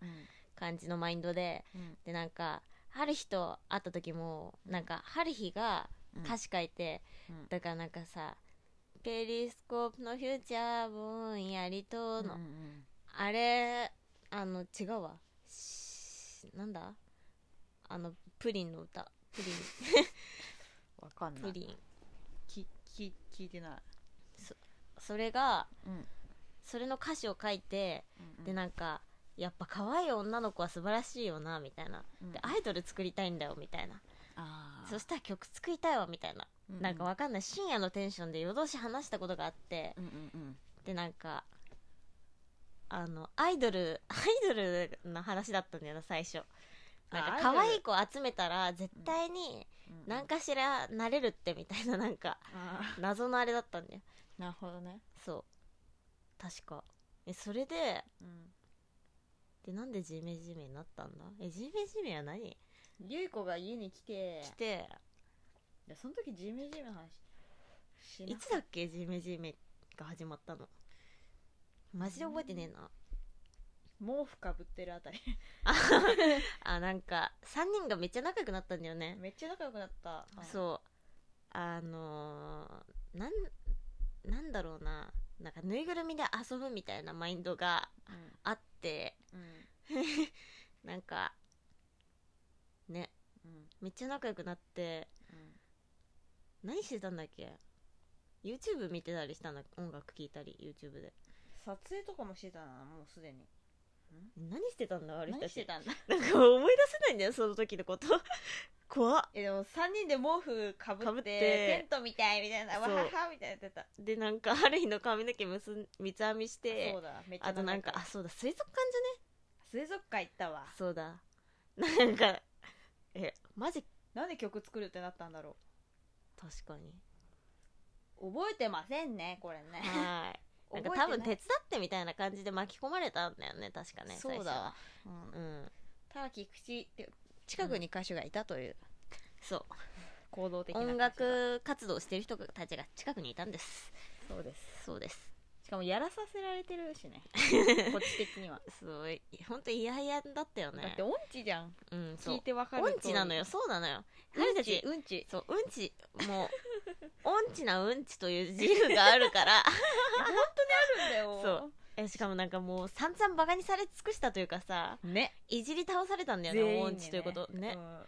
Speaker 2: 感じのマインドで
Speaker 1: うん
Speaker 2: でなんか春日と会った時もなんか春日が
Speaker 1: うん
Speaker 2: 歌詞書いて、
Speaker 1: うん
Speaker 2: だからなんかさ「ペリスコープのフューチャーぼんやりと」の
Speaker 1: うんうん
Speaker 2: あれあの違うわしなんだあのプリンの歌プリン
Speaker 1: わかんな
Speaker 2: プ
Speaker 1: い
Speaker 2: リン
Speaker 1: きき聞いてない
Speaker 2: それが
Speaker 1: うん
Speaker 2: それの歌詞を書いて
Speaker 1: うん
Speaker 2: でなんかやっぱ可愛い女の子は素晴らしいよなみたいな
Speaker 1: うん
Speaker 2: でアイドル作りたいんだよみたいな
Speaker 1: あー
Speaker 2: そしたら曲作りたいわみたいな
Speaker 1: う
Speaker 2: なんかわかんない深夜のテンションで夜通し話したことがあって
Speaker 1: うんうんうん
Speaker 2: でなんかあのアイドルアイドルの話だったんだよな最初なんか
Speaker 1: あアイドル
Speaker 2: 可愛い子集めたら絶対に
Speaker 1: うん
Speaker 2: 何かしらなれるってみたいななんか
Speaker 1: あ
Speaker 2: 謎のあれだったんだよ
Speaker 1: ーなるほどね
Speaker 2: そう確かえそれで
Speaker 1: うん
Speaker 2: でなんでジメジメになったんだえジメジメは何
Speaker 1: ゆい子が家に来て
Speaker 2: 来て
Speaker 1: でその時ジメジメの話しない
Speaker 2: つだっけジメジメが始まったのマジで覚えてねえな
Speaker 1: 毛布かぶってるあたり
Speaker 2: あなんか3人がめっちゃ仲良くなったんだよね
Speaker 1: めっちゃ仲良くなった
Speaker 2: そうあのーなんなんだろうななんかぬいぐるみで遊ぶみたいなマインドが
Speaker 1: うん
Speaker 2: あって
Speaker 1: うん
Speaker 2: なんかね
Speaker 1: うん
Speaker 2: めっちゃ仲良くなって
Speaker 1: うん
Speaker 2: 何してたんだっけ YouTube 見てたりしたんだ音楽聴いたり YouTube で
Speaker 1: 撮影とかもしてたなもうすでに
Speaker 2: 何してたんだあれ
Speaker 1: 何してたんだ
Speaker 2: なんか思い出せないんだよその時のこと 怖っ
Speaker 1: えでも3人で毛布かぶって
Speaker 2: 被って
Speaker 1: テントみたいみたいな
Speaker 2: そう
Speaker 1: わははみたいなやってた
Speaker 2: でなんかある日の髪の毛結ん三つ編みし
Speaker 1: そ
Speaker 2: て
Speaker 1: うだめっちゃ
Speaker 2: あとなん
Speaker 1: 仲
Speaker 2: か
Speaker 1: 良か
Speaker 2: あ
Speaker 1: っ
Speaker 2: そうだ水族館じゃ
Speaker 1: た水族館行ったわ
Speaker 2: ねそうだなんかえマジ
Speaker 1: なんで曲作るってなったんだろ
Speaker 2: 確かに
Speaker 1: う覚えてませんねこれね
Speaker 2: はいなんか多分手伝ってみたいな感じで巻き込まれたんだよね確かね最
Speaker 1: そう
Speaker 2: 初
Speaker 1: だ
Speaker 2: は
Speaker 1: わ
Speaker 2: うん
Speaker 1: ただ菊池って近くに歌手がいたという
Speaker 2: そう
Speaker 1: 行動的な
Speaker 2: 音
Speaker 1: 感じが
Speaker 2: 楽活動してる人たちが近くにいたんです
Speaker 1: そうです
Speaker 2: そうです
Speaker 1: しかもやらさせられてるし ねこっち的には、
Speaker 2: すごい本当嫌々だったよ
Speaker 1: だっ
Speaker 2: ね
Speaker 1: て音痴じゃん
Speaker 2: うんそ
Speaker 1: 聞
Speaker 2: う
Speaker 1: いてわかる
Speaker 2: う
Speaker 1: 通
Speaker 2: ん
Speaker 1: り
Speaker 2: ちなのよそうなのよ
Speaker 1: う
Speaker 2: 彼
Speaker 1: ん
Speaker 2: た
Speaker 1: ち
Speaker 2: ち
Speaker 1: うんち
Speaker 2: そううんちもう うんちなうんちという自由があるから
Speaker 1: あるんだよ
Speaker 2: えしかもなんかもう散々バカにされ尽くしたというかさ
Speaker 1: ね
Speaker 2: いじり倒されたんだよねもううんちということね、
Speaker 1: うん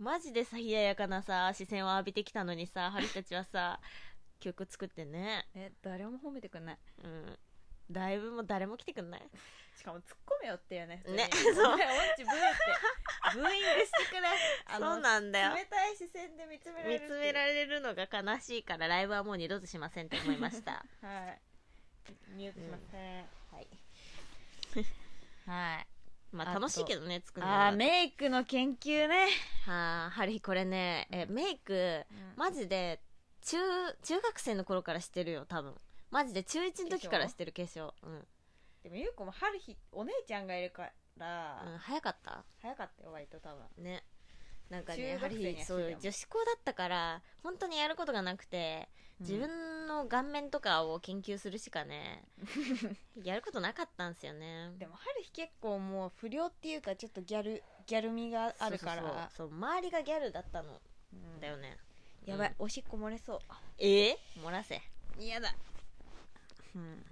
Speaker 2: マジでさ冷ややかなさ視線を浴びてきたのにさハリたちはさ曲作ってね
Speaker 1: ね誰も褒めてくんない
Speaker 2: うんライブも誰も来てくんない
Speaker 1: しかも突っ込めよっていうね
Speaker 2: ね
Speaker 1: 普通に
Speaker 2: そう
Speaker 1: お前音痴ブーってブーイングしてくれ あの
Speaker 2: そうなんだよ
Speaker 1: 冷たい視線で見つめられ
Speaker 2: 見
Speaker 1: る
Speaker 2: つめられるのが悲しいからライブはもう二度としませんと思いました
Speaker 1: れはいミュートしません、 はいはい
Speaker 2: まあ
Speaker 1: あと
Speaker 2: 楽しいけどね作るのは
Speaker 1: あーメイクの研究ね、
Speaker 2: はあハリーこれねえメイクマジで中中学生の頃からしてるよ多分マジで中1の時からしてる化粧うん、
Speaker 1: でもゆうこも春日お姉ちゃんがいるから、
Speaker 2: うん、早かった
Speaker 1: 早かったよ割と多分
Speaker 2: ねなんかねや
Speaker 1: 中
Speaker 2: は
Speaker 1: 学生には
Speaker 2: りそ
Speaker 1: して
Speaker 2: う
Speaker 1: たもん
Speaker 2: 女子校だったから本当にやることがなくて自分の顔面とかを研究するしか ね、やることなかったんですよね
Speaker 1: でも春日結構もう不良っていうかちょっとギャルギャル味があるから
Speaker 2: そうそうそうそう周りがギャルだったの
Speaker 1: うん
Speaker 2: だよね、
Speaker 1: やばい、
Speaker 2: うん
Speaker 1: おしっこ漏れそう
Speaker 2: えー、漏らせ
Speaker 1: 嫌だうん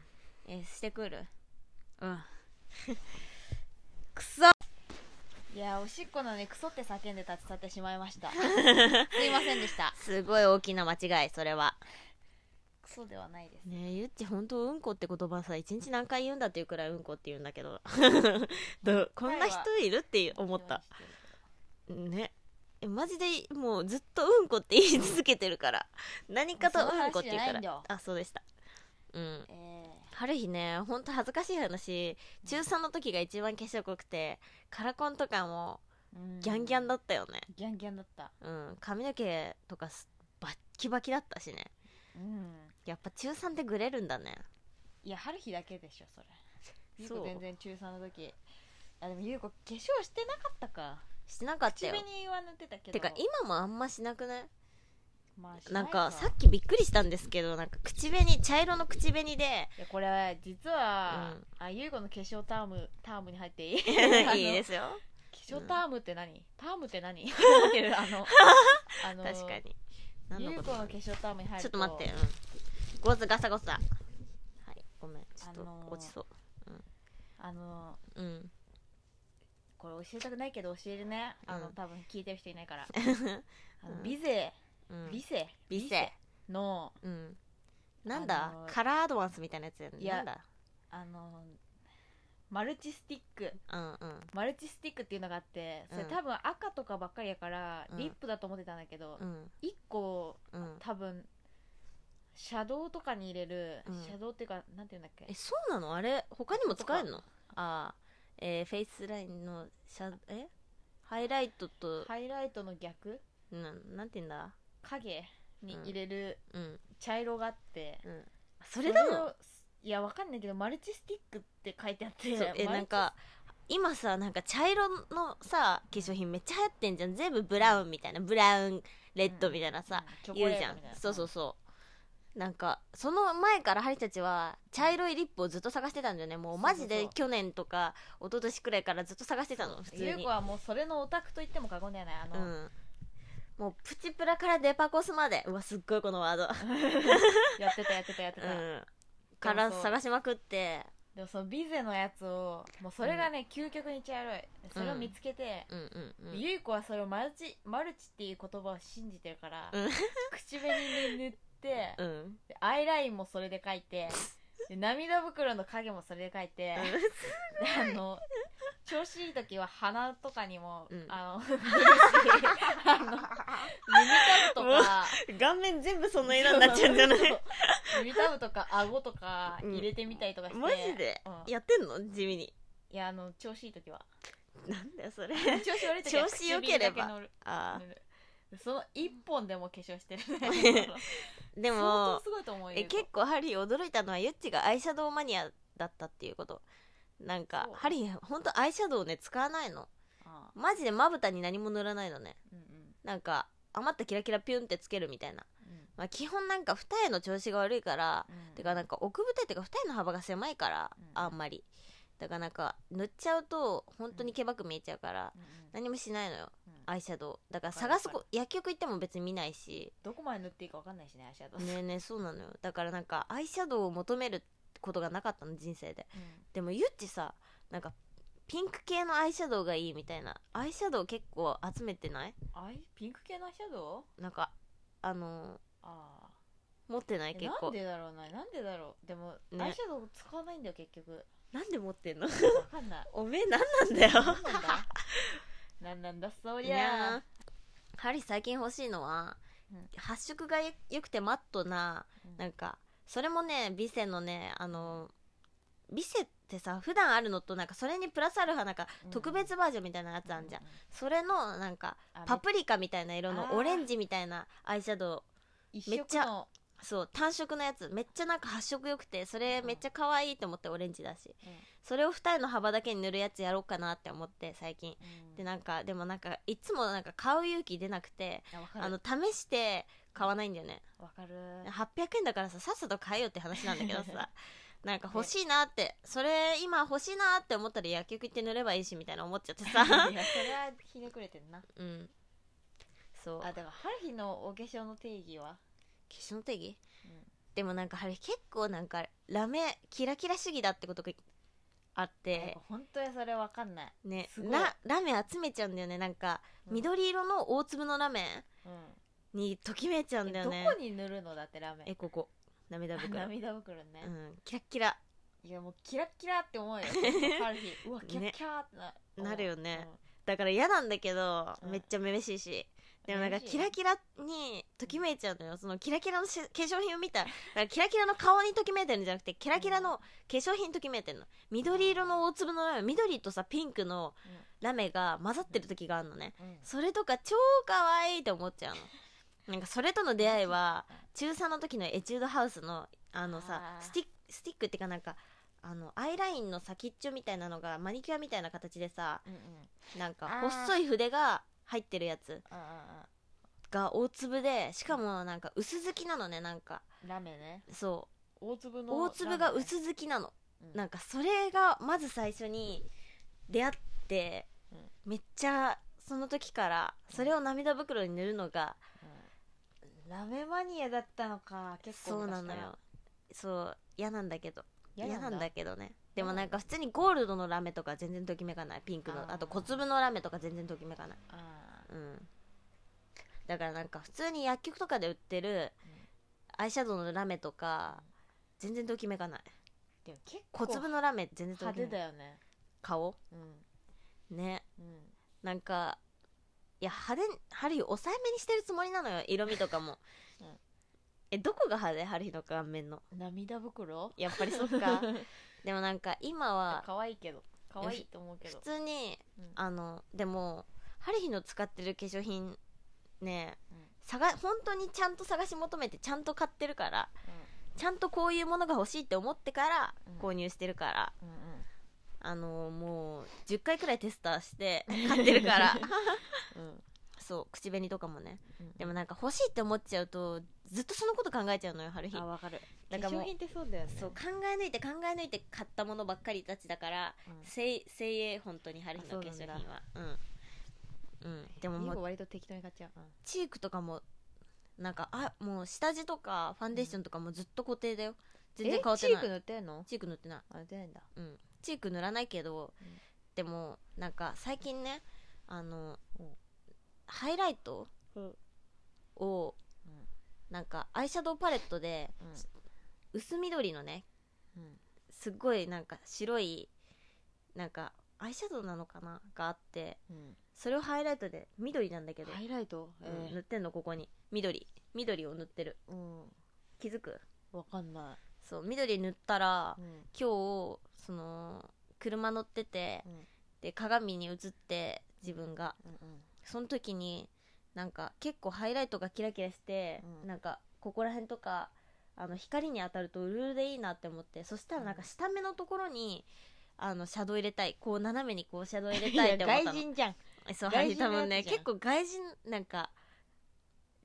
Speaker 2: えーしてくる
Speaker 1: うん、くそいやおしっこのねクソって叫んで立ち去ってしまいま したすいませんでした
Speaker 2: すごい大きな間違いそれは
Speaker 1: クソではないです
Speaker 2: ねえゆっちほんとうんこって言葉さ一日何回言うんだっていうくらいうんこって言うんだけ どどうこんな人いるって思ったねえマジでもうずっとうんこって言い続けてる から何かとうんこって言う
Speaker 1: その話じゃ
Speaker 2: か
Speaker 1: ない
Speaker 2: ら
Speaker 1: んだよ
Speaker 2: あそうでしたうん
Speaker 1: え
Speaker 2: ある日ねほんと恥ずかしい話中3の時が一番化粧濃くてカラコンとかも
Speaker 1: ーうん
Speaker 2: ギャンギャンだったよね
Speaker 1: ギャンギャンだった
Speaker 2: うん髪の毛とかすバッキバキだったしね
Speaker 1: うん
Speaker 2: やっぱ中3でグレるんだね
Speaker 1: いや春日だけでしょそれゆう
Speaker 2: そ
Speaker 1: こ
Speaker 2: う
Speaker 1: 全然中3の時あでもゆうこ化粧してなかったか
Speaker 2: してなかった
Speaker 1: 口
Speaker 2: よ
Speaker 1: 紅は塗ってたけど
Speaker 2: てか今もあんましなくない
Speaker 1: まあし
Speaker 2: ないんかさっきびっくりしたんですけどなんか口紅茶色の口紅で
Speaker 1: いやこれ実は、
Speaker 2: うん
Speaker 1: あゆうこの化粧タームタームに入っていいい
Speaker 2: いいですよ
Speaker 1: 化粧タームって何、タームって何持って るあのあ の
Speaker 2: 確かに何
Speaker 1: ゆ
Speaker 2: の
Speaker 1: う
Speaker 2: こ
Speaker 1: ことの
Speaker 2: な
Speaker 1: 化
Speaker 2: のち
Speaker 1: 粧タームに入る
Speaker 2: ょっと待って、うん、ゴツガサゴサはいごめんちょっ
Speaker 1: あ
Speaker 2: と
Speaker 1: のー
Speaker 2: 落ちそう、
Speaker 1: あの
Speaker 2: うん
Speaker 1: これ教えたくないけど教えるねあの、
Speaker 2: うん
Speaker 1: 多分聞いてる人いな いからあ
Speaker 2: う
Speaker 1: の
Speaker 2: ん
Speaker 1: 美勢
Speaker 2: うん
Speaker 1: 美勢
Speaker 2: 美声
Speaker 1: の
Speaker 2: うんなんだ、
Speaker 1: あのー
Speaker 2: カラーアドバンスみたいなやつや
Speaker 1: いや
Speaker 2: なんだ
Speaker 1: あのマルチスティック
Speaker 2: うんうん
Speaker 1: マルチスティックっていうのがあってそれ
Speaker 2: うん
Speaker 1: 多分赤とかばっかりやから、
Speaker 2: うん
Speaker 1: リップだと思ってたんだけど、
Speaker 2: うん
Speaker 1: 1個
Speaker 2: うん
Speaker 1: 多分シャドウとかに入れる、
Speaker 2: うん
Speaker 1: シャドウっていうかなんていうんだっけ
Speaker 2: えそうなのあれ他にも使えるのあーえーフェイスラインのシャえハイライトと、
Speaker 1: ハイライトの逆
Speaker 2: なんなんて言うんだ
Speaker 1: 影に入れる
Speaker 2: うん
Speaker 1: 茶色があって、
Speaker 2: うんそれなの
Speaker 1: をいやわかんないけどマルチスティックって書いてあって
Speaker 2: そうえ
Speaker 1: マルチ
Speaker 2: なんか今さなんか茶色のさ化粧品めっちゃ流行ってんじゃん全部ブラウンみたいなブラウンレッドみたいなさ、
Speaker 1: うん
Speaker 2: 言うじゃ
Speaker 1: チョコレート
Speaker 2: ん
Speaker 1: みたいな
Speaker 2: そうそうそうなんかその前からハリたちは茶色いリップをずっと探してたんだよねもうマジ
Speaker 1: そうそう
Speaker 2: で
Speaker 1: そう
Speaker 2: 去年とか一昨年くらいからずっと探してたの普通
Speaker 1: ゆう
Speaker 2: に
Speaker 1: こはもうそれのオタクと言っても過言ではないあ
Speaker 2: う
Speaker 1: の、
Speaker 2: んもうプチプラからデパコスまでうわすっごいこのワード、
Speaker 1: やってたやってたやって
Speaker 2: う
Speaker 1: た、
Speaker 2: ん、から探しまくって
Speaker 1: でもそのビゼのやつをもうそれがね、究極に茶色いそれを見つけて、
Speaker 2: うんうんうん
Speaker 1: ゆいこはそれをマルチマルチっていう言葉を信じてるから、
Speaker 2: うん
Speaker 1: 口紅で塗って、
Speaker 2: うん、うん、
Speaker 1: でアイラインもそれで描いてで涙袋の影もそれで描いて、であの調子いい時は鼻とかにも、
Speaker 2: うん
Speaker 1: あの塗るしあの耳たぶとか
Speaker 2: 顔面全部その色になっちゃうんじゃない
Speaker 1: そう耳たぶとか顎とか入れてみたりとかして、
Speaker 2: マジで
Speaker 1: うん
Speaker 2: やってんの地味に
Speaker 1: いやあの調子いい時は
Speaker 2: なんだよ それ
Speaker 1: 調子悪い時は
Speaker 2: 調子良ければ
Speaker 1: 唇だ塗る
Speaker 2: あ
Speaker 1: 塗るその一本でも化粧してる ね
Speaker 2: ーで
Speaker 1: でも
Speaker 2: も
Speaker 1: すごいと思うよ
Speaker 2: え結構ハリー驚いたのはユッチがアイシャドウマニアだったっていうことなんか
Speaker 1: そう
Speaker 2: ハリーほんとアイシャドウね使わないの
Speaker 1: ああ
Speaker 2: マジでまぶたに何も塗らないのね
Speaker 1: うんうん
Speaker 2: なんか余ったキラキラピュンってつけるみたいな、まあ、基本なんか二重の調子が悪いから、
Speaker 1: うん
Speaker 2: てかなんか奥二重っていうか二重の幅が狭いから、
Speaker 1: うん
Speaker 2: あんまりだからなんか塗っちゃうと本当に毛ばく見えちゃうから、
Speaker 1: うん
Speaker 2: 何もしないのよ
Speaker 1: うん
Speaker 2: アイシャドウだから
Speaker 1: わかる
Speaker 2: 探すこ薬局行っても別に見ないし
Speaker 1: どこまで塗っていいかわかんないしねアイシャドウ、
Speaker 2: ねえねえそうなのよだからなんかアイシャドウを求めることがなかったの人生ででもゆっちさなんかピンク系のアイシャドウがいいみたいなアイシャドウ結構集めてない
Speaker 1: アイピンク系のアイシャドウ
Speaker 2: なんかあの
Speaker 1: ああ
Speaker 2: ー持ってない
Speaker 1: え
Speaker 2: 結
Speaker 1: な
Speaker 2: 構
Speaker 1: んでだろうななんでだろうでも、
Speaker 2: ね
Speaker 1: アイシャドウ使わないんだよ結 局
Speaker 2: なんで持ってんの
Speaker 1: わかんない
Speaker 2: おめえなんなんだよ
Speaker 1: なんなんだなんなんだそ
Speaker 2: い
Speaker 1: りゃ
Speaker 2: やーハリー最近欲しいのは、
Speaker 1: うん
Speaker 2: 発色がよよくてマットな
Speaker 1: うん
Speaker 2: なんかそれもねビセのねあのビセってさ普段あるのとなんかそれにプラスアルファなんか
Speaker 1: うん
Speaker 2: 特別バージョンみたいなやつあんじゃん、
Speaker 1: う
Speaker 2: それのなんか
Speaker 1: あ
Speaker 2: パプリカみたいな色の
Speaker 1: あー
Speaker 2: オレンジみたいなアイシャド
Speaker 1: 一
Speaker 2: めっ
Speaker 1: 色
Speaker 2: ちゃ
Speaker 1: の、
Speaker 2: ウそう単色のやつめっちゃなんか発色良くてそれめっちゃ可愛いと思ってオレンジだしそれを二重の幅だけに塗るやつやろうかなって思って最近
Speaker 1: うん
Speaker 2: でなんかでもなんかいつもなんか買う勇気出なくて
Speaker 1: いやわかる
Speaker 2: あの試して買わないんだよね
Speaker 1: わ かる
Speaker 2: 800円だからささっさと買えよって話なんだ けどさなんか欲しいなって、それ今欲しいなって思ったら薬局行って塗ればいいしみたいな思っちゃってさ
Speaker 1: いやそれはひねくれてんな
Speaker 2: うんそう
Speaker 1: あだから春日のお化粧の定義は、
Speaker 2: 化粧の定義
Speaker 1: うん
Speaker 2: でもなんかあれ結構なんかラメキラキラ主義だってことがあっ
Speaker 1: なん
Speaker 2: て
Speaker 1: か本当にそれわかんない、
Speaker 2: ね
Speaker 1: すごい
Speaker 2: なラメ集めちゃうんだよねなんか
Speaker 1: うん、
Speaker 2: 緑色の大粒のラメ
Speaker 1: う
Speaker 2: にときめいちゃうん
Speaker 1: ん
Speaker 2: だ
Speaker 1: え
Speaker 2: よ
Speaker 1: ど
Speaker 2: ね
Speaker 1: こに塗るのだってラメ
Speaker 2: えここ涙袋う
Speaker 1: 涙袋ね、
Speaker 2: んキラッキラ
Speaker 1: いやもうキラッキラって 思うよ春日うわキャッキャーってな,思う、
Speaker 2: なるよねだから嫌なんだけど、
Speaker 1: うん
Speaker 2: めっちゃめめしいしでもなんか
Speaker 1: めめしい
Speaker 2: キラキラにときめいちゃうのよそのキラキラのし化粧品を見たらだからキラキラの顔にときめいてるんじゃなくてキラキラの化粧品にときめいてるの緑色の大粒のラメ緑とさピンクのラメが混ざってる時があるのね
Speaker 1: うん、うん
Speaker 2: それとか超可愛いと思っちゃうのなんかそれとの出会いは中3の時のエチュードハウスのあのさ
Speaker 1: あー
Speaker 2: スティックスティックっていうかなんかあのアイラインの先っちょみたいなのがマニキュアみたいな形でさ
Speaker 1: うんうん
Speaker 2: なんか
Speaker 1: あー
Speaker 2: 細い筆が入ってるやつ
Speaker 1: あああ
Speaker 2: が大粒でしかもなんか薄付きなのねなんか
Speaker 1: ラメね
Speaker 2: そ
Speaker 1: 大粒
Speaker 2: う
Speaker 1: の
Speaker 2: 大粒が
Speaker 1: い、
Speaker 2: 薄付きなの
Speaker 1: うん
Speaker 2: なんかそれがまず最初に出会って
Speaker 1: うん
Speaker 2: めっちゃその時からそれを涙袋に塗るのが
Speaker 1: うんラメマニアだったのか結構
Speaker 2: そうなの
Speaker 1: 昔から
Speaker 2: よそう嫌なんだけど嫌
Speaker 1: 嫌
Speaker 2: な
Speaker 1: なんん
Speaker 2: だ
Speaker 1: だ
Speaker 2: けどねでもなんか普通にゴールドのラメとか全然ときめかないピンクの
Speaker 1: あー
Speaker 2: あと小粒のラメとか全然ときめかない
Speaker 1: あ
Speaker 2: うんだからなんか普通に薬局とかで売ってる
Speaker 1: うん
Speaker 2: アイシャドウのラメとか全然ときめかない
Speaker 1: ーでも結構
Speaker 2: 小粒のラメ全然と
Speaker 1: 派
Speaker 2: きめ
Speaker 1: 手
Speaker 2: かない
Speaker 1: だよね
Speaker 2: 顔
Speaker 1: うん
Speaker 2: ね
Speaker 1: うん
Speaker 2: なんかいや派手ハリー抑えめにしてるつもりなのよ色味とかも、
Speaker 1: うん
Speaker 2: えどこが派手ハリーの顔面の
Speaker 1: 涙袋
Speaker 2: やっぱりそっ か でもなんか今は
Speaker 1: 可愛いけど可愛いと思うけ
Speaker 2: 普
Speaker 1: ど
Speaker 2: 通に、
Speaker 1: うん
Speaker 2: あのでもハリヒの使ってる化粧品ね
Speaker 1: うん
Speaker 2: 探本当にちゃんと探し求めてちゃんと買ってるからちゃんとこういうものが欲しいって思ってから
Speaker 1: うん
Speaker 2: 購入してるから、
Speaker 1: うんうん
Speaker 2: あのもう10回くらいテスターして 買ってるから
Speaker 1: うん
Speaker 2: そう口紅とかもね
Speaker 1: うん
Speaker 2: でもなんか欲しいって思っちゃうとずっとそのこと考えちゃうのよハルヒ
Speaker 1: あわかる
Speaker 2: だ
Speaker 1: 化
Speaker 2: からもう
Speaker 1: 粧品ってそうだよね
Speaker 2: そう考え抜いて考え抜いて買ったものばっかりたちだから
Speaker 1: うん
Speaker 2: 精精鋭本当にハルヒの
Speaker 1: あ
Speaker 2: 化
Speaker 1: そう
Speaker 2: 粧
Speaker 1: なん
Speaker 2: 品
Speaker 1: だ
Speaker 2: はうん、うん、でも
Speaker 1: リ
Speaker 2: も
Speaker 1: ン
Speaker 2: う
Speaker 1: ゴ割と適当に買っちゃううん
Speaker 2: チークとかもなんかあもう下地とかファンデーションとかもずっと固定だよ、全然変わって
Speaker 1: え
Speaker 2: ない
Speaker 1: チーク塗ってんの
Speaker 2: チーク塗ってない、
Speaker 1: あ塗ってないんだ
Speaker 2: うん、チーク塗らないけど、
Speaker 1: うん
Speaker 2: でもなんか最近ねあの、
Speaker 1: うん
Speaker 2: ハイライト
Speaker 1: うん
Speaker 2: をなんかアイシャドウパレットで薄緑のね
Speaker 1: うん
Speaker 2: すっごいなんか白いなんかアイシャドウなのかながあって
Speaker 1: うん
Speaker 2: それをハイライトで緑なんだけど、
Speaker 1: ハイライト
Speaker 2: うん
Speaker 1: え
Speaker 2: 塗ってんのここに緑緑を塗ってる
Speaker 1: ーうん
Speaker 2: 気づく
Speaker 1: わかんな
Speaker 2: そう緑塗ったら
Speaker 1: いうん
Speaker 2: 今日その車乗ってて
Speaker 1: うん
Speaker 2: で鏡に映って自分が
Speaker 1: うんうん
Speaker 2: その時になんか結構ハイライトがキラキラして、
Speaker 1: うん
Speaker 2: なんかここら辺とかあの光に当たるとうるうるでいいなって思ってそしたらなんか下目のところにあのシャドウ入れたいこう斜めにこうシャドウ入れたいって思った
Speaker 1: 外
Speaker 2: の
Speaker 1: 人じゃん
Speaker 2: そう多
Speaker 1: 外人のやつ
Speaker 2: 分ね
Speaker 1: じゃん
Speaker 2: 結構外人なんか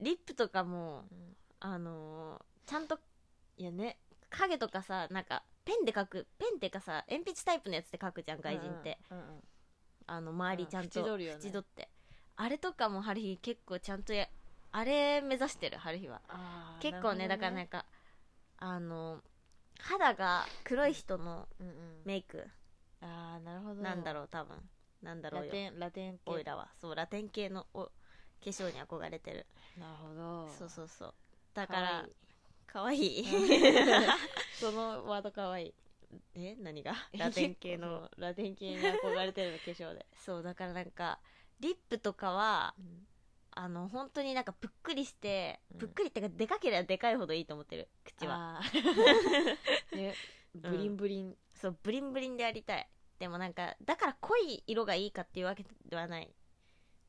Speaker 2: リップとかも
Speaker 1: うん
Speaker 2: あのーちゃんといやね影とかさなんかペンで描くペンっていうかさ鉛筆タイプのやつで描くじゃん外人って、、
Speaker 1: うんうんうん
Speaker 2: あの周りちゃんと、
Speaker 1: うん縁取るよね
Speaker 2: ってあれとかも春日結構ちゃんとやあれ目指してる春日は
Speaker 1: あー
Speaker 2: 結構ねだ
Speaker 1: なるほど
Speaker 2: からなんかあの肌が黒い人の
Speaker 1: うんうん
Speaker 2: メイク
Speaker 1: ああなるほど
Speaker 2: なんだろう多分なんだろ
Speaker 1: ラ
Speaker 2: うよ
Speaker 1: テンラテン系
Speaker 2: オイラはそうラテン系のお化粧に憧れてる
Speaker 1: なるほど
Speaker 2: そう
Speaker 1: う
Speaker 2: そうそうだから可愛 いい
Speaker 1: そのワードかわいい
Speaker 2: え何がラテン 系の
Speaker 1: ラテン系に憧れてるの化粧で、
Speaker 2: そうだからなんかリップとかは
Speaker 1: うん
Speaker 2: あの本当になんかぷっくりして、
Speaker 1: うん
Speaker 2: ぷっくりってかでかければでかいほどいいと思ってる口は
Speaker 1: あ ーね
Speaker 2: うん
Speaker 1: ブリンブリン、
Speaker 2: そうブリンブリンでありたいでもなんかだから濃い色がいいかっていうわけではない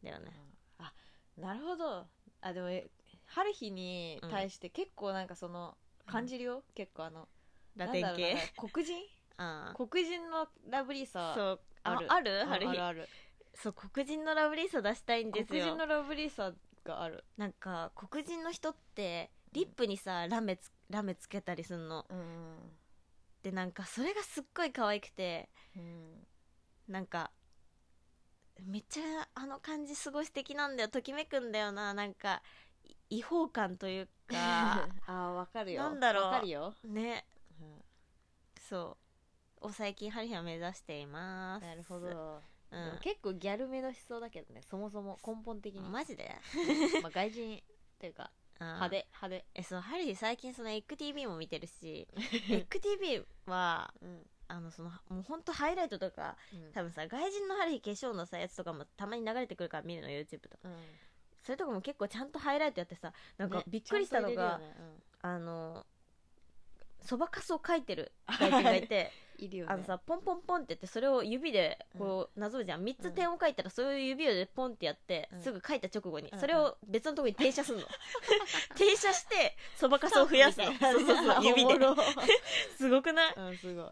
Speaker 2: だよね
Speaker 1: あなるほどあでもえ春日に対して結構なんかその感じるよ、結構あの
Speaker 2: ラテン
Speaker 1: なんだろう
Speaker 2: 系
Speaker 1: な黒人
Speaker 2: あ
Speaker 1: 黒人のラブリーさ
Speaker 2: あそうあ
Speaker 1: ある
Speaker 2: ある
Speaker 1: あ
Speaker 2: ある
Speaker 1: るあるある
Speaker 2: そう黒人のラブリーさ出したいんです
Speaker 1: 黒
Speaker 2: よ
Speaker 1: 人のラブリーさがある、
Speaker 2: なんか黒人の人ってリップにさラメつラメつけたりすんの
Speaker 1: うん
Speaker 2: でなんかそれがすっごい可愛くて
Speaker 1: うん、
Speaker 2: なんかめっちゃあの感じすごい素敵なんだよときめくんだよななんかい違法感という
Speaker 1: あ
Speaker 2: か
Speaker 1: あわかるよ
Speaker 2: なんだろう
Speaker 1: わかるよ、
Speaker 2: ね
Speaker 1: う
Speaker 2: そうを最近ハリハ目指していま
Speaker 1: ん、
Speaker 2: す
Speaker 1: なるほど、
Speaker 2: う
Speaker 1: でも
Speaker 2: ん
Speaker 1: 結構ギャルめの思想だけどねそもそも根本的に、ま
Speaker 2: マジで
Speaker 1: あ、外人っていうか
Speaker 2: 派
Speaker 1: 派手派手
Speaker 2: えそうハリー最近その ECTV も見てる し ECTV は
Speaker 1: うん
Speaker 2: あのそのもうほんとハイライトとか多分さ外人のハリー化粧のさやつとかもたまに流れてくるから見るの YouTube とか
Speaker 1: うん
Speaker 2: それとかも結構ちゃんとハイライトやってさなんか
Speaker 1: ね
Speaker 2: びっくりしたの
Speaker 1: ちゃ
Speaker 2: が、
Speaker 1: んと入れるよね
Speaker 2: あのそばかすを描いてる外人 がいて
Speaker 1: うんいるよね
Speaker 2: あのさポンポンポンってやってそれを指でこうなぞるじゃん3つ点を描いたらそれを指でポンってやって、
Speaker 1: うん
Speaker 2: すぐ描いた直後に
Speaker 1: うん
Speaker 2: それを別のところに停車す るの停車してそばかすを増やすのそうそう そう指で
Speaker 1: おもろ
Speaker 2: すごくない
Speaker 1: うんすごい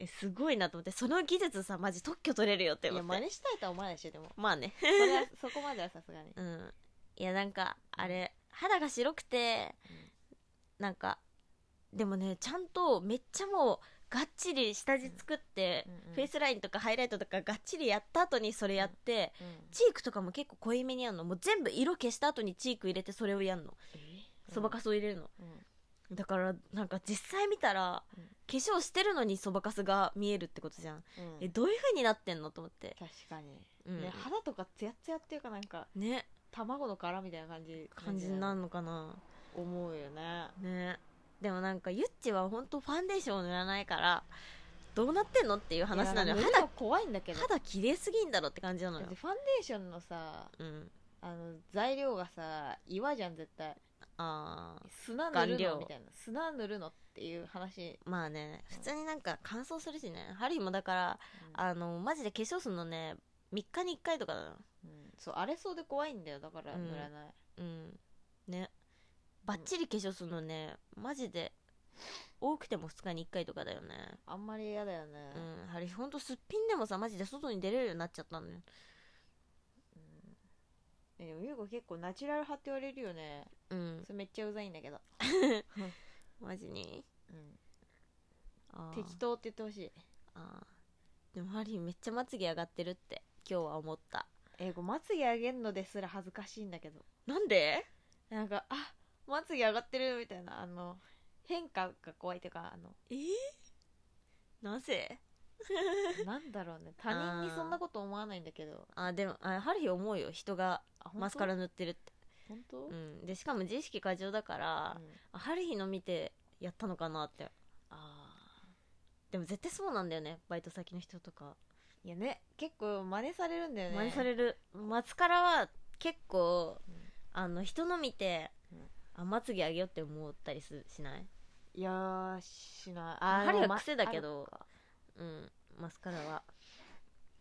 Speaker 2: えすごいなと思ってその技術さマジ特許取れるよって
Speaker 1: い
Speaker 2: 思
Speaker 1: や
Speaker 2: って
Speaker 1: 真似したいとは思わないでしょでも
Speaker 2: まあね
Speaker 1: それはそこまではさすがに
Speaker 2: うんいやなんかあれ肌が白くてなんかでもねちゃんとめっちゃもうがっちり下地作って、フェイスラインとかハイライトとかがっちりやった後にそれやって、
Speaker 1: うん
Speaker 2: チークとかも結構濃いめにやんのもう全部色消した後にチーク入れてそれをやんの
Speaker 1: え
Speaker 2: そばかすを入れるの、
Speaker 1: うん
Speaker 2: だからなんか実際見たら、
Speaker 1: うん
Speaker 2: 化粧してるのにそばかすが見えるってことじゃん、
Speaker 1: うん
Speaker 2: えどういう風になってんのと思って、
Speaker 1: 確かに
Speaker 2: うん
Speaker 1: ね肌とかツヤツヤっていうかなんか
Speaker 2: ね
Speaker 1: 卵の殻みたいな感じ
Speaker 2: 感じになるのかな
Speaker 1: 思うよね
Speaker 2: ねでもなんかゆっちは本当ファンデーションを塗らないからどうなってんのっていう話なのよ
Speaker 1: いや
Speaker 2: 肌
Speaker 1: 塗る怖いんだけど
Speaker 2: 肌綺麗すぎんだろって感じなの
Speaker 1: だ
Speaker 2: よ
Speaker 1: って、ファンデーションのさ
Speaker 2: うん、
Speaker 1: あの材料がさ岩じゃん絶対
Speaker 2: あー
Speaker 1: 砂塗
Speaker 2: 顔
Speaker 1: るの
Speaker 2: 料
Speaker 1: みたいな砂塗るのっていう話
Speaker 2: まあね普通になんか乾燥するしねハリーもだから
Speaker 1: あ,
Speaker 2: あのマジで化粧するのね3日に1回とかだな
Speaker 1: うん、そう荒れそうで怖いんだよだから
Speaker 2: うん
Speaker 1: 塗らない、
Speaker 2: うんねバッチリ化粧するのねマジで多くても2日に1回とかだよね
Speaker 1: あんまり嫌だよね、
Speaker 2: うんハリーほんとすっぴんでもさマジで外に出れるようになっちゃったのよ
Speaker 1: えでも優子結構ナチュラル派って言われるよね
Speaker 2: うん
Speaker 1: それめっちゃうざいんだけど、
Speaker 2: マジに
Speaker 1: うん
Speaker 2: あー
Speaker 1: 適当って言ってほしい
Speaker 2: あーでもハリーめっちゃまつげ上がってるって今日は思った
Speaker 1: えこうまつげ上げんのですら恥ずかしいんだけど
Speaker 2: なんで
Speaker 1: なんかあまつげ上がってるみたいなあの変化が怖いというかあ の
Speaker 2: えなぜ
Speaker 1: なんだろうね他人にそんなこと思わないんだけど
Speaker 2: あでもあハリー思うよ人が
Speaker 1: あ本当
Speaker 2: マスカラ塗ってるって、
Speaker 1: 本当、
Speaker 2: う
Speaker 1: うん
Speaker 2: ん、でしかも自意識過剰だから、あハリーの見てやったのかなって
Speaker 1: あ
Speaker 2: でも絶対そうなんだよねバイト先の人とか、
Speaker 1: ーいやね結構真似されるんだよね
Speaker 2: 真似されるマスカラは結構、
Speaker 1: うん
Speaker 2: あの人の見て、
Speaker 1: うん
Speaker 2: あまつげあげようって思ったりすしない
Speaker 1: いやーしない
Speaker 2: あ
Speaker 1: でも
Speaker 2: 針
Speaker 1: ま
Speaker 2: は癖だけど
Speaker 1: あるか
Speaker 2: うんマスカラは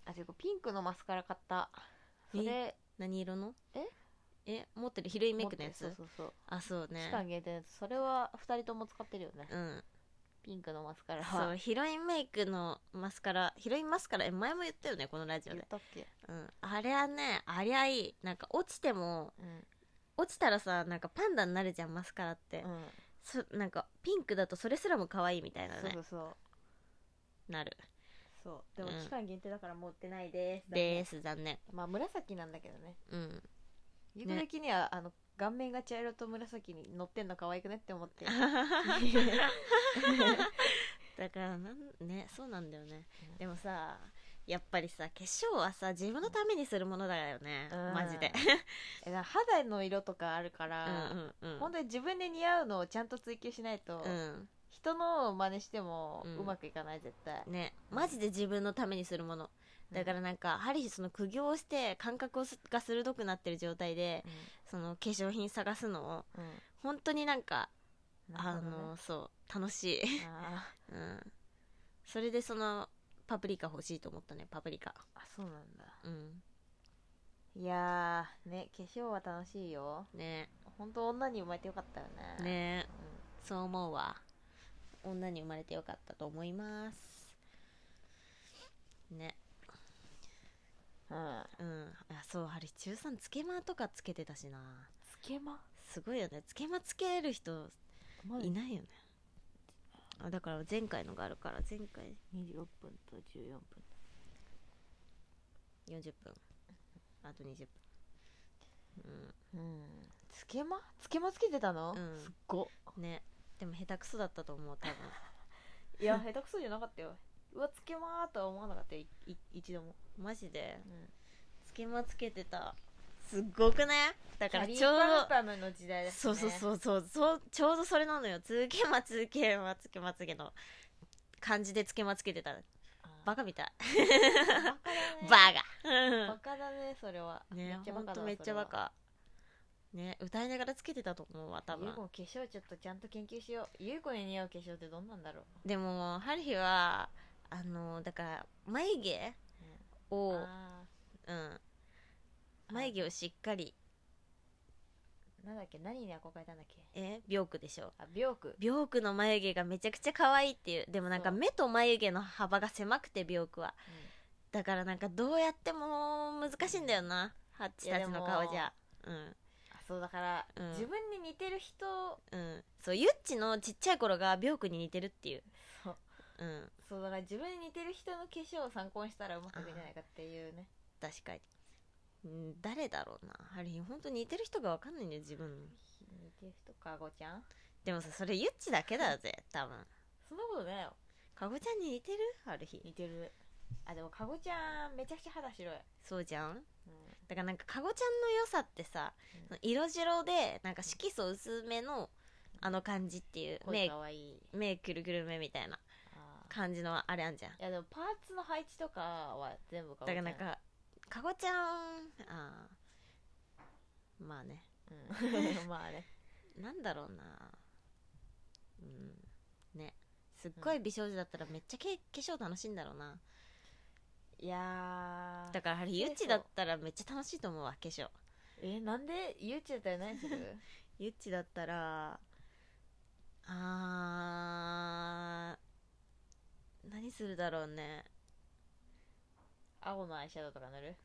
Speaker 1: あていうかピンクのマスカラ買ったそれ
Speaker 2: 何色の
Speaker 1: え
Speaker 2: え持ってるヒロインメイクのやつ
Speaker 1: そうそうそう、
Speaker 2: あそう
Speaker 1: 期間
Speaker 2: ね
Speaker 1: 限定のやつそれは2人とも使ってるよね、
Speaker 2: うん
Speaker 1: ピンクのマスカラ
Speaker 2: そ
Speaker 1: は
Speaker 2: うヒロインメイクのマスカラヒロインマスカラえ前も言ったよねこのラジオ
Speaker 1: 言っ
Speaker 2: で、
Speaker 1: たっけ
Speaker 2: うん、あれはねありゃいいなんか落ちても
Speaker 1: うん
Speaker 2: 落ちたらさなんかパンダになるじゃんマスカラって、
Speaker 1: うん、
Speaker 2: そなんかピンクだとそれすらも可愛いみたいなね
Speaker 1: そうそうそう
Speaker 2: なる
Speaker 1: そうでも
Speaker 2: うん
Speaker 1: 期間限定だから持ってないです、
Speaker 2: ですす残念
Speaker 1: まあ紫なんだけどね
Speaker 2: うん
Speaker 1: ゆく的には、あの顔面が茶色と紫に乗ってんの可愛くねって 思ってる
Speaker 2: だからなんねそうなんだよね、
Speaker 1: うん
Speaker 2: でもさやっぱりさ化粧はさ自分のためにするものだよね、
Speaker 1: うん
Speaker 2: マジで
Speaker 1: えな肌の色とかある か
Speaker 2: う
Speaker 1: ら、
Speaker 2: んうんうん
Speaker 1: 本当に自分で似合うのをちゃんと追求しないと、
Speaker 2: うん
Speaker 1: 人のを真似しても
Speaker 2: うん
Speaker 1: うまくいかない絶対、
Speaker 2: ねマジで自分のためにするものだからなんか、ある日その苦行をして感覚をすが鋭くなってる状態でその化粧品探すのを
Speaker 1: うん、うん
Speaker 2: 本当になんか、
Speaker 1: な
Speaker 2: あ
Speaker 1: るほどね
Speaker 2: のそう楽しい、
Speaker 1: あ
Speaker 2: うん、それでそのパプリカ欲しいと思ったねパプリカ
Speaker 1: ーあそうなんだ
Speaker 2: うん
Speaker 1: いやーね化粧は楽しいよ
Speaker 2: ね
Speaker 1: 本当女に生まれてよかったよね
Speaker 2: ね
Speaker 1: うん
Speaker 2: そう思うわ女に生まれてよかったと思いますね
Speaker 1: うん
Speaker 2: うんあそうあれ中3つけまとかつけてたしな
Speaker 1: つけます
Speaker 2: ごいよねつけまつける人
Speaker 1: ま
Speaker 2: いないよねあだから前回のがあるから前回
Speaker 1: 26分と14分
Speaker 2: 40分あと20分
Speaker 1: うんつけまつけまつけてたの、
Speaker 2: うん
Speaker 1: すっご
Speaker 2: うんねでも下手くそだったと思う多分
Speaker 1: いや下手くそじゃなかったようわつけまーとは思わなかったよいい一度も、
Speaker 2: マジで
Speaker 1: うん、
Speaker 2: つけまつけてたすっごくねだ
Speaker 1: キ
Speaker 2: から
Speaker 1: ャ
Speaker 2: ちょ
Speaker 1: リ
Speaker 2: う
Speaker 1: ー
Speaker 2: ど
Speaker 1: パンパムの時代だし、ね、
Speaker 2: そうそうそうそうそうちょうどそれなのよつけまつけまつけまつけの感じでつけまつけてた
Speaker 1: バ
Speaker 2: バカみたい
Speaker 1: カだね
Speaker 2: バ
Speaker 1: バ
Speaker 2: カ
Speaker 1: カだねそれは
Speaker 2: ね
Speaker 1: めっちゃ
Speaker 2: ほ
Speaker 1: バ
Speaker 2: ん
Speaker 1: カ
Speaker 2: と
Speaker 1: だ
Speaker 2: めっちゃバカね歌いながらつけてたと思うわ多
Speaker 1: 多分
Speaker 2: 分
Speaker 1: ゆうこも化粧ちょっとちゃんと研究しようゆうこに似合う化粧ってどんなんだろう
Speaker 2: でもハリヒはあのだから眉毛を、
Speaker 1: あ
Speaker 2: うん、眉毛をしっかり
Speaker 1: ーなんだっけ何に憧れたんだっけ
Speaker 2: えビョークでしょ
Speaker 1: あ美容区
Speaker 2: ビョークの眉毛がめちゃくちゃ可愛いっていうでもなんか
Speaker 1: そう
Speaker 2: 目と眉毛の幅が狭くてビョークはだからなんかどうやっても難しいんだよなハッチたちの顔じゃうん
Speaker 1: あそうだから、
Speaker 2: うん
Speaker 1: 自分に似てる人
Speaker 2: うんそうユッチのちっちゃい頃がビョークに似てるっていう
Speaker 1: そう
Speaker 2: うん
Speaker 1: そうだから自分に似てる人の化粧を参考にしたらうまくいくんじゃないかっていうね
Speaker 2: 確かにうん誰だろうなハリー本当似てる人が分かんないんだよ自分の
Speaker 1: 似てる人かごちゃん
Speaker 2: でもさそれユッチだけだぜ多分
Speaker 1: そんなことないよ
Speaker 2: かごちゃんに似てるある日
Speaker 1: 似てるあでもかごちゃんめちゃくちゃ肌白い、
Speaker 2: そうじゃん
Speaker 1: うん
Speaker 2: だからなんかかごちゃんの良さってさ、
Speaker 1: う
Speaker 2: 色白でなんか色素薄めのあの感じっていう
Speaker 1: 濃い
Speaker 2: 目
Speaker 1: かわいい
Speaker 2: 目くるくる目みたいな
Speaker 1: あー
Speaker 2: 感じのあれあんじゃん
Speaker 1: いやでもパーツの配置とかは全部か
Speaker 2: だ
Speaker 1: ご
Speaker 2: から
Speaker 1: ちゃん
Speaker 2: なんかかごちゃんあーまあね
Speaker 1: うん まあね
Speaker 2: なんだろうなうんねすっごい美少女だったらめっちゃけ化粧楽しいんだろうな、
Speaker 1: いやー
Speaker 2: だからあれゆっちだったらめっちゃ楽しいと思うわ化粧
Speaker 1: えなんで YouTube だったら何する
Speaker 2: ゆっちだったらあー何するだろうね
Speaker 1: 青のアイシャドウとか塗る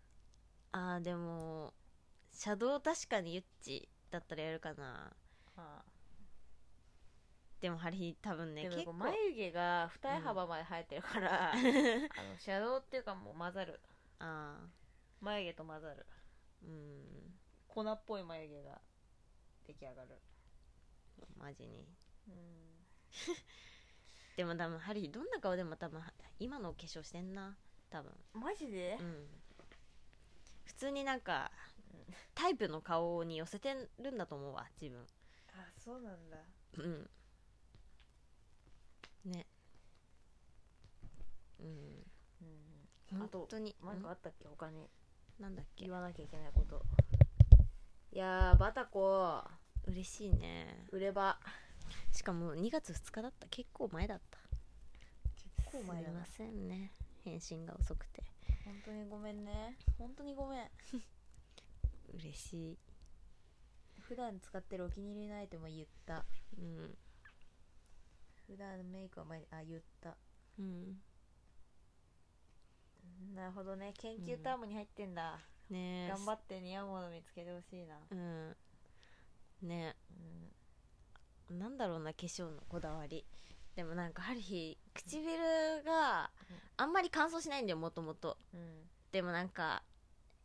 Speaker 2: あーでもシャドウ確かにゆっちだったらやるかな
Speaker 1: あ
Speaker 2: でもハリー多分
Speaker 1: ー
Speaker 2: ね
Speaker 1: でも
Speaker 2: 結
Speaker 1: こ
Speaker 2: 構
Speaker 1: う眉毛が二重幅まで生えてるから、 あのシャドウっていうかもう混ざる
Speaker 2: あ
Speaker 1: 眉毛と混ざる
Speaker 2: ーうん
Speaker 1: 粉っぽい眉毛が出来上がる
Speaker 2: マジに
Speaker 1: うん
Speaker 2: でも多分ハリーどんな顔でも多分今の化粧してんな多分
Speaker 1: マジで
Speaker 2: うん普通になんかタイプの顔に寄せてるんだと思うわ自分
Speaker 1: あそうなんだ
Speaker 2: うんねうん
Speaker 1: うんあと
Speaker 2: 本当に
Speaker 1: なんか
Speaker 2: ん
Speaker 1: あったっけ他に
Speaker 2: なんだっけ
Speaker 1: 言わなきゃいけないこといやーバタコ
Speaker 2: 嬉しいね
Speaker 1: 売れば
Speaker 2: しかも2月2日だった結構前だった
Speaker 1: 結構前だ
Speaker 2: すい
Speaker 1: な
Speaker 2: ませんね返信が遅くて
Speaker 1: 本当にごめんね本当にごめん
Speaker 2: 嬉しい
Speaker 1: 普段使ってるお気に入りのアイテムを言った
Speaker 2: うん
Speaker 1: 普段メイクは前にあ言った
Speaker 2: うん
Speaker 1: なるほどね研究タームに入ってんだ、
Speaker 2: ねえ
Speaker 1: 頑張って似合うもの見つけてほしいな
Speaker 2: うんね、うん、なんだろうな化粧のこだわりでもなんかある日唇が
Speaker 1: うん
Speaker 2: あんまり乾燥しないんだよもともと
Speaker 1: うん
Speaker 2: でもなんか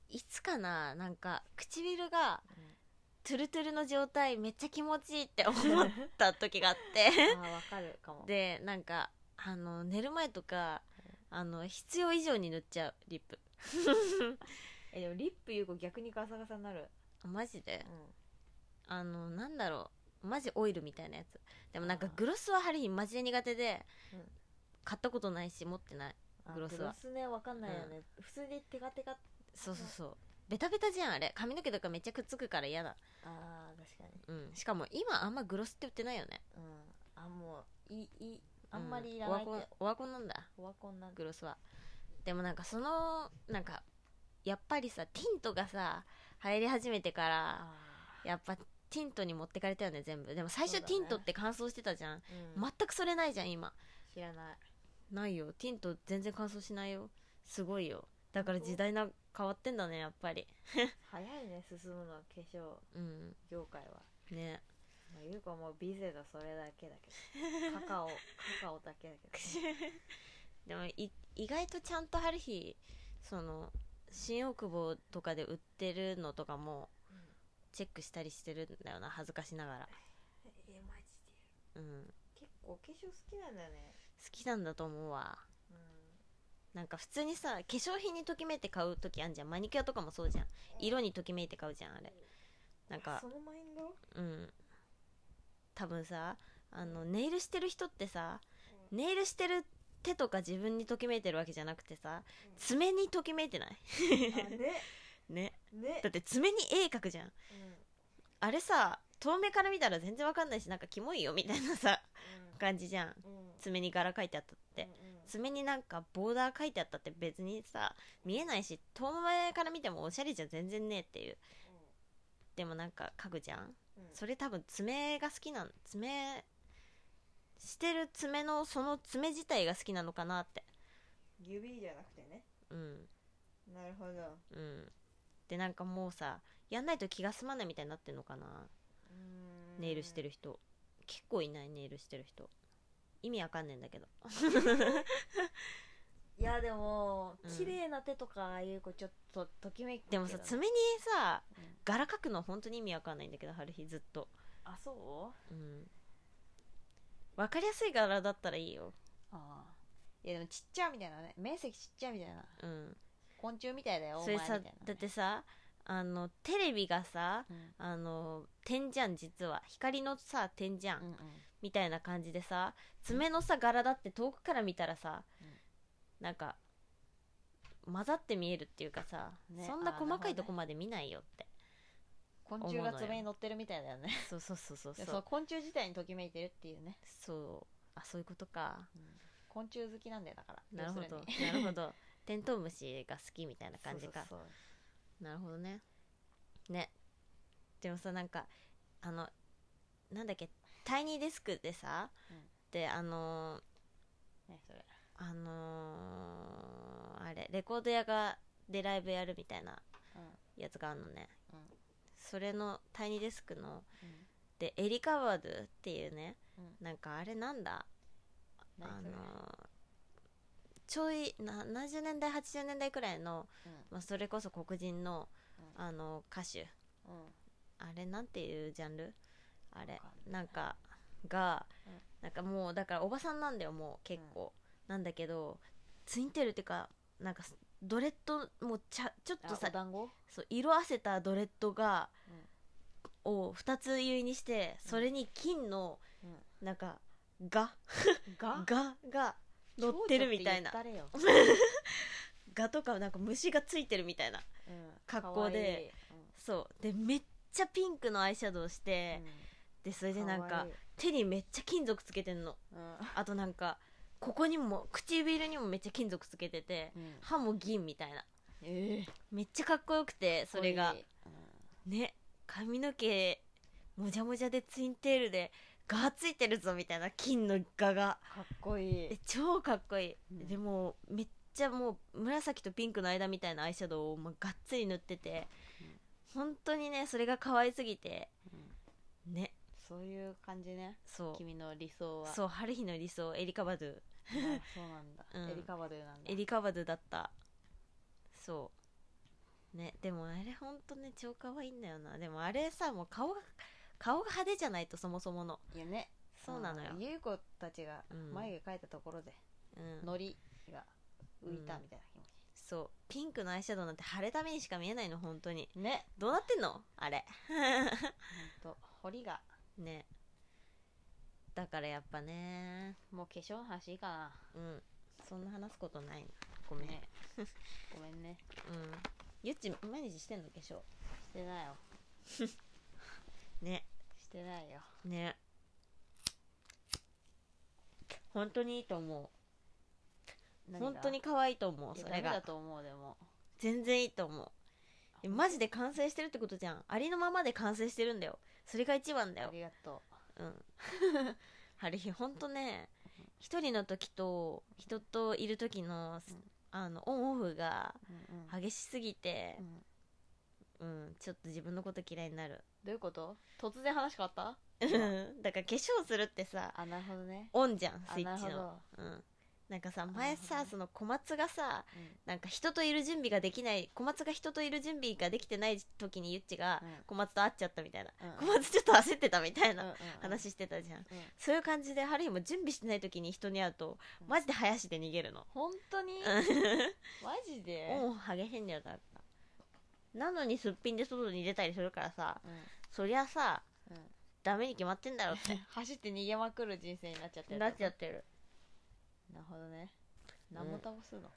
Speaker 2: いつかななんか唇がトゥルトゥルの状態めっちゃ気持ちいいって思った時があっ
Speaker 1: あ
Speaker 2: て
Speaker 1: ーわかるかも
Speaker 2: でなんかあの寝る前とかあの必要以上に塗っちゃうリップ
Speaker 1: えでもリップ言う子逆にガサガサになる
Speaker 2: あマジで
Speaker 1: う
Speaker 2: あのなんだろうマジオイルみたいなやつでもなんか
Speaker 1: あー
Speaker 2: グロスはハリーマジで苦手で、
Speaker 1: うん
Speaker 2: 買ったことないし持ってない
Speaker 1: んあ
Speaker 2: グロスは
Speaker 1: グロスねわかんないよね、普通にテカテカ
Speaker 2: そうそうそうベタベタじゃんあれ髪の毛とかめっちゃくっつくから嫌だ
Speaker 1: あー確かに
Speaker 2: うんしかも今あんまグロスって売ってないよね
Speaker 1: うんあもういいいいあんまりいらないって、
Speaker 2: うんオワコンオワコンなんだ
Speaker 1: オワコンなんか
Speaker 2: グロスはでもなんかそのなんかやっぱりさティントがさ入り始めてから
Speaker 1: あ
Speaker 2: やっぱティントに持ってかれたよね全部でも最初
Speaker 1: そうだ
Speaker 2: テ
Speaker 1: ね
Speaker 2: ィントって乾燥してたじゃん、
Speaker 1: ー、うん
Speaker 2: 全くそれないじゃん今
Speaker 1: 知らない
Speaker 2: ないよティント全然乾燥しないよすごいよだから時代な変わってんだねやっぱり
Speaker 1: 早いね進むのは化粧
Speaker 2: うん
Speaker 1: 業界は、
Speaker 2: ね
Speaker 1: まあ、ゆう子はもう美勢だそれだけだけ どカカオカカオだけだけ
Speaker 2: でもい意外とちゃんとある日その新大久保とかで売ってるのとかも
Speaker 1: うん
Speaker 2: チェックしたりしてるんだよな恥ずかしながら
Speaker 1: どえマジ
Speaker 2: う
Speaker 1: で
Speaker 2: ん
Speaker 1: 結構化粧好きなんだよね
Speaker 2: 好きなんだと思うわ
Speaker 1: うん
Speaker 2: なんか普通にさ化粧品にときめいて買う時あんじゃんマニキュアとかもそうじゃん色にときめいて買うじゃんあれなんか
Speaker 1: そのマインド
Speaker 2: うん多分さあのネイルしてる人ってさネイルしてる手とか自分にときめいてるわけじゃなくてさ
Speaker 1: うん
Speaker 2: 爪にときめいてない
Speaker 1: あね
Speaker 2: ね
Speaker 1: ね
Speaker 2: だって爪に絵描くじゃん
Speaker 1: うん
Speaker 2: あれさ遠目から見たら全然わかんないしなんかキモいよみたいなさ 感じじゃん
Speaker 1: うんうん
Speaker 2: 爪に柄描いてあったって
Speaker 1: うんうん
Speaker 2: 爪になんかボーダー描いてあったって別にさ見えないし遠目から見てもおしゃれじゃ全然ねえっていうでもなんか描くじゃん
Speaker 1: うんうん
Speaker 2: それ多分爪が好きなの爪してる爪のその爪自体が好きなのかなって
Speaker 1: 指じゃなくてね
Speaker 2: うん
Speaker 1: なるほど
Speaker 2: うんでなんかもうさやんないと気が済まないみたいになってんのかな
Speaker 1: うーん
Speaker 2: ネイルしてる人結構いないネイルしてる人意味わかんねえんだけど
Speaker 1: いやでも
Speaker 2: うん
Speaker 1: 綺麗な手とかああいう子ちょっとときめくけ
Speaker 2: で
Speaker 1: ど
Speaker 2: も
Speaker 1: ね
Speaker 2: さ爪にさ
Speaker 1: うん
Speaker 2: 柄描くの本当に意味わかんないんだけど春日ずっと
Speaker 1: あそう
Speaker 2: うんわかりやすい柄だったらいいよ
Speaker 1: ああいやでもちっちゃみたいなね面積ちっちゃみたいな
Speaker 2: うん
Speaker 1: 昆虫みたいだよお
Speaker 2: そ
Speaker 1: 前
Speaker 2: れ
Speaker 1: みたいな
Speaker 2: さ
Speaker 1: ね、
Speaker 2: だってさあのテレビがさ
Speaker 1: うん
Speaker 2: あの点じゃん実は光のさ点じゃん、
Speaker 1: うんうん
Speaker 2: みたいな感じでさ爪のさ柄だって遠くから見たらさ、
Speaker 1: うん
Speaker 2: なんか混ざって見えるっていうかさ、
Speaker 1: ね
Speaker 2: そんな
Speaker 1: あー
Speaker 2: 細かい
Speaker 1: なるほどね
Speaker 2: とこまで見ないよって、
Speaker 1: 昆虫が爪に乗ってるみたいだよね
Speaker 2: そうそうそうそう
Speaker 1: で
Speaker 2: そ
Speaker 1: もそうの昆虫自体にときめいてるっていうね、
Speaker 2: そうあそういうことか
Speaker 1: 昆虫好きなんだよだから
Speaker 2: なるほど
Speaker 1: 要すに
Speaker 2: なるほどテントウムシが好きみたいな感じか
Speaker 1: そうそうそう
Speaker 2: なるほどねねでもさなんかあのなんだっけタイニーデスクでさ、
Speaker 1: うん
Speaker 2: であのー
Speaker 1: ねそれ
Speaker 2: あのーあれレコード屋がでライブやるみたいな
Speaker 1: うん
Speaker 2: やつがあるのね
Speaker 1: うん
Speaker 2: それのタイニーデスクの
Speaker 1: うん
Speaker 2: でエリカ・ワードゥっていうね、
Speaker 1: う
Speaker 2: なんかあれなんだあ
Speaker 1: 何そ
Speaker 2: の
Speaker 1: れ
Speaker 2: ーちょいな70年代80年代くらいの、まあ、それこそ黒人の、
Speaker 1: う
Speaker 2: あの歌手
Speaker 1: うんうん
Speaker 2: あれなんていうジャンルあれ
Speaker 1: わか
Speaker 2: なんかが、
Speaker 1: うん
Speaker 2: なんかもうだからおばさんなんだよもう結構、なんだけどツインテールっていうかなんかドレッドもうちゃちょっ
Speaker 1: あ
Speaker 2: とさ
Speaker 1: お団子
Speaker 2: そう色あせたドレッドが、を2つ結いにして
Speaker 1: うん
Speaker 2: それに金の
Speaker 1: うん
Speaker 2: なんかが
Speaker 1: が
Speaker 2: がが乗ってるみたいな
Speaker 1: 蝶々って言ったれよ
Speaker 2: がとかなんか虫がついてるみたいな
Speaker 1: うん
Speaker 2: 格好で
Speaker 1: かわいい
Speaker 2: そうでめっちゃピンクのアイシャドウし
Speaker 1: うん
Speaker 2: て、でそれでなんか
Speaker 1: わいい
Speaker 2: 手にめっちゃ金属つけてんの
Speaker 1: う
Speaker 2: あとなんかここにも唇にもめっちゃ金属つけてて
Speaker 1: ん
Speaker 2: 歯も銀みたいな
Speaker 1: ええ
Speaker 2: めっちゃかっこよくてそれが
Speaker 1: かっこいいうん
Speaker 2: ね髪の毛もじゃもじゃでツインテールでがついてるぞみたいな金のガが
Speaker 1: かっこい
Speaker 2: え
Speaker 1: い
Speaker 2: 超かっこいい、
Speaker 1: うん
Speaker 2: でもめっちゃもう紫とピンクの間みたいなアイシャドウをまあがっつり塗ってて、
Speaker 1: うん
Speaker 2: 本当にねそれが可愛すぎてね
Speaker 1: そういう感じね
Speaker 2: そう
Speaker 1: 君の理想は
Speaker 2: そう春日の理想エリカバドゥ
Speaker 1: あそうなんだ、
Speaker 2: うん
Speaker 1: エリカバドゥなんだ
Speaker 2: エリカバドゥだったそうねでもあれほんとね超可愛いんだよなでもあれさもう顔が顔が派手じゃないとそもそもの
Speaker 1: いやね
Speaker 2: そうなのよ
Speaker 1: んゆう子たちが
Speaker 2: うん
Speaker 1: 眉毛描いたところで、
Speaker 2: うん
Speaker 1: ノリが浮いたみたいな気持ち、
Speaker 2: そうピンクのアイシャドウなんて腫れた目にしか見えないの本当に
Speaker 1: ね
Speaker 2: どうなってんのあれ
Speaker 1: ほんと彫りが
Speaker 2: ねだからやっぱね
Speaker 1: もう化粧の話いいかな
Speaker 2: うんそんな話すことないなごめん、
Speaker 1: ねごめんね
Speaker 2: うんゆっち毎日してんの化粧
Speaker 1: してないよ
Speaker 2: ね
Speaker 1: してないよ
Speaker 2: ね本当にいいと思う
Speaker 1: 何が
Speaker 2: 本当に可愛いと思う
Speaker 1: い
Speaker 2: そ
Speaker 1: やダメ
Speaker 2: れ
Speaker 1: だ
Speaker 2: が
Speaker 1: と思うでも
Speaker 2: 全然いいと思うえマジで完成してるってことじゃんありのままで完成してるんだよそれが一番だ
Speaker 1: あ
Speaker 2: よ
Speaker 1: りがと
Speaker 2: うん 春日ほんとね一人の時と人といる時の,、
Speaker 1: うん
Speaker 2: あのオンオフが
Speaker 1: う、うんうん
Speaker 2: 激しすぎて
Speaker 1: う、ん
Speaker 2: うんちょっと自分のこと嫌いになる
Speaker 1: どういうこと突然話変わった
Speaker 2: うん だから化粧するってさ
Speaker 1: あなるほどね
Speaker 2: オンじゃん
Speaker 1: あ
Speaker 2: スイッチ
Speaker 1: なるほ
Speaker 2: の、
Speaker 1: ど
Speaker 2: うん、なんかさ
Speaker 1: ほど
Speaker 2: 前さ
Speaker 1: ね
Speaker 2: その小松がさ
Speaker 1: うん
Speaker 2: なんか人といる準備ができない小松が人といる準備ができてない時にゆっちが
Speaker 1: うん
Speaker 2: 小松と会っちゃったみたいな、
Speaker 1: うん
Speaker 2: 小松ちょっと焦ってたみたい
Speaker 1: うん
Speaker 2: な
Speaker 1: う
Speaker 2: ん
Speaker 1: うん
Speaker 2: 話してたじゃん、
Speaker 1: うん
Speaker 2: そういう感じで春日も準備してない時に人に会うと
Speaker 1: うん
Speaker 2: マジで早足で逃げるの、
Speaker 1: 本当に
Speaker 2: う
Speaker 1: マジで
Speaker 2: ん、もう激しいんだよだからなのにすっぴんで外に出たりするからさ
Speaker 1: う
Speaker 2: そりゃさ
Speaker 1: んうん
Speaker 2: ダメに決まってんだろっ
Speaker 1: 走って逃げまくる人生になっちゃって
Speaker 2: て
Speaker 1: る
Speaker 2: なっちゃってる
Speaker 1: なるほどね
Speaker 2: うん
Speaker 1: 何も倒すの、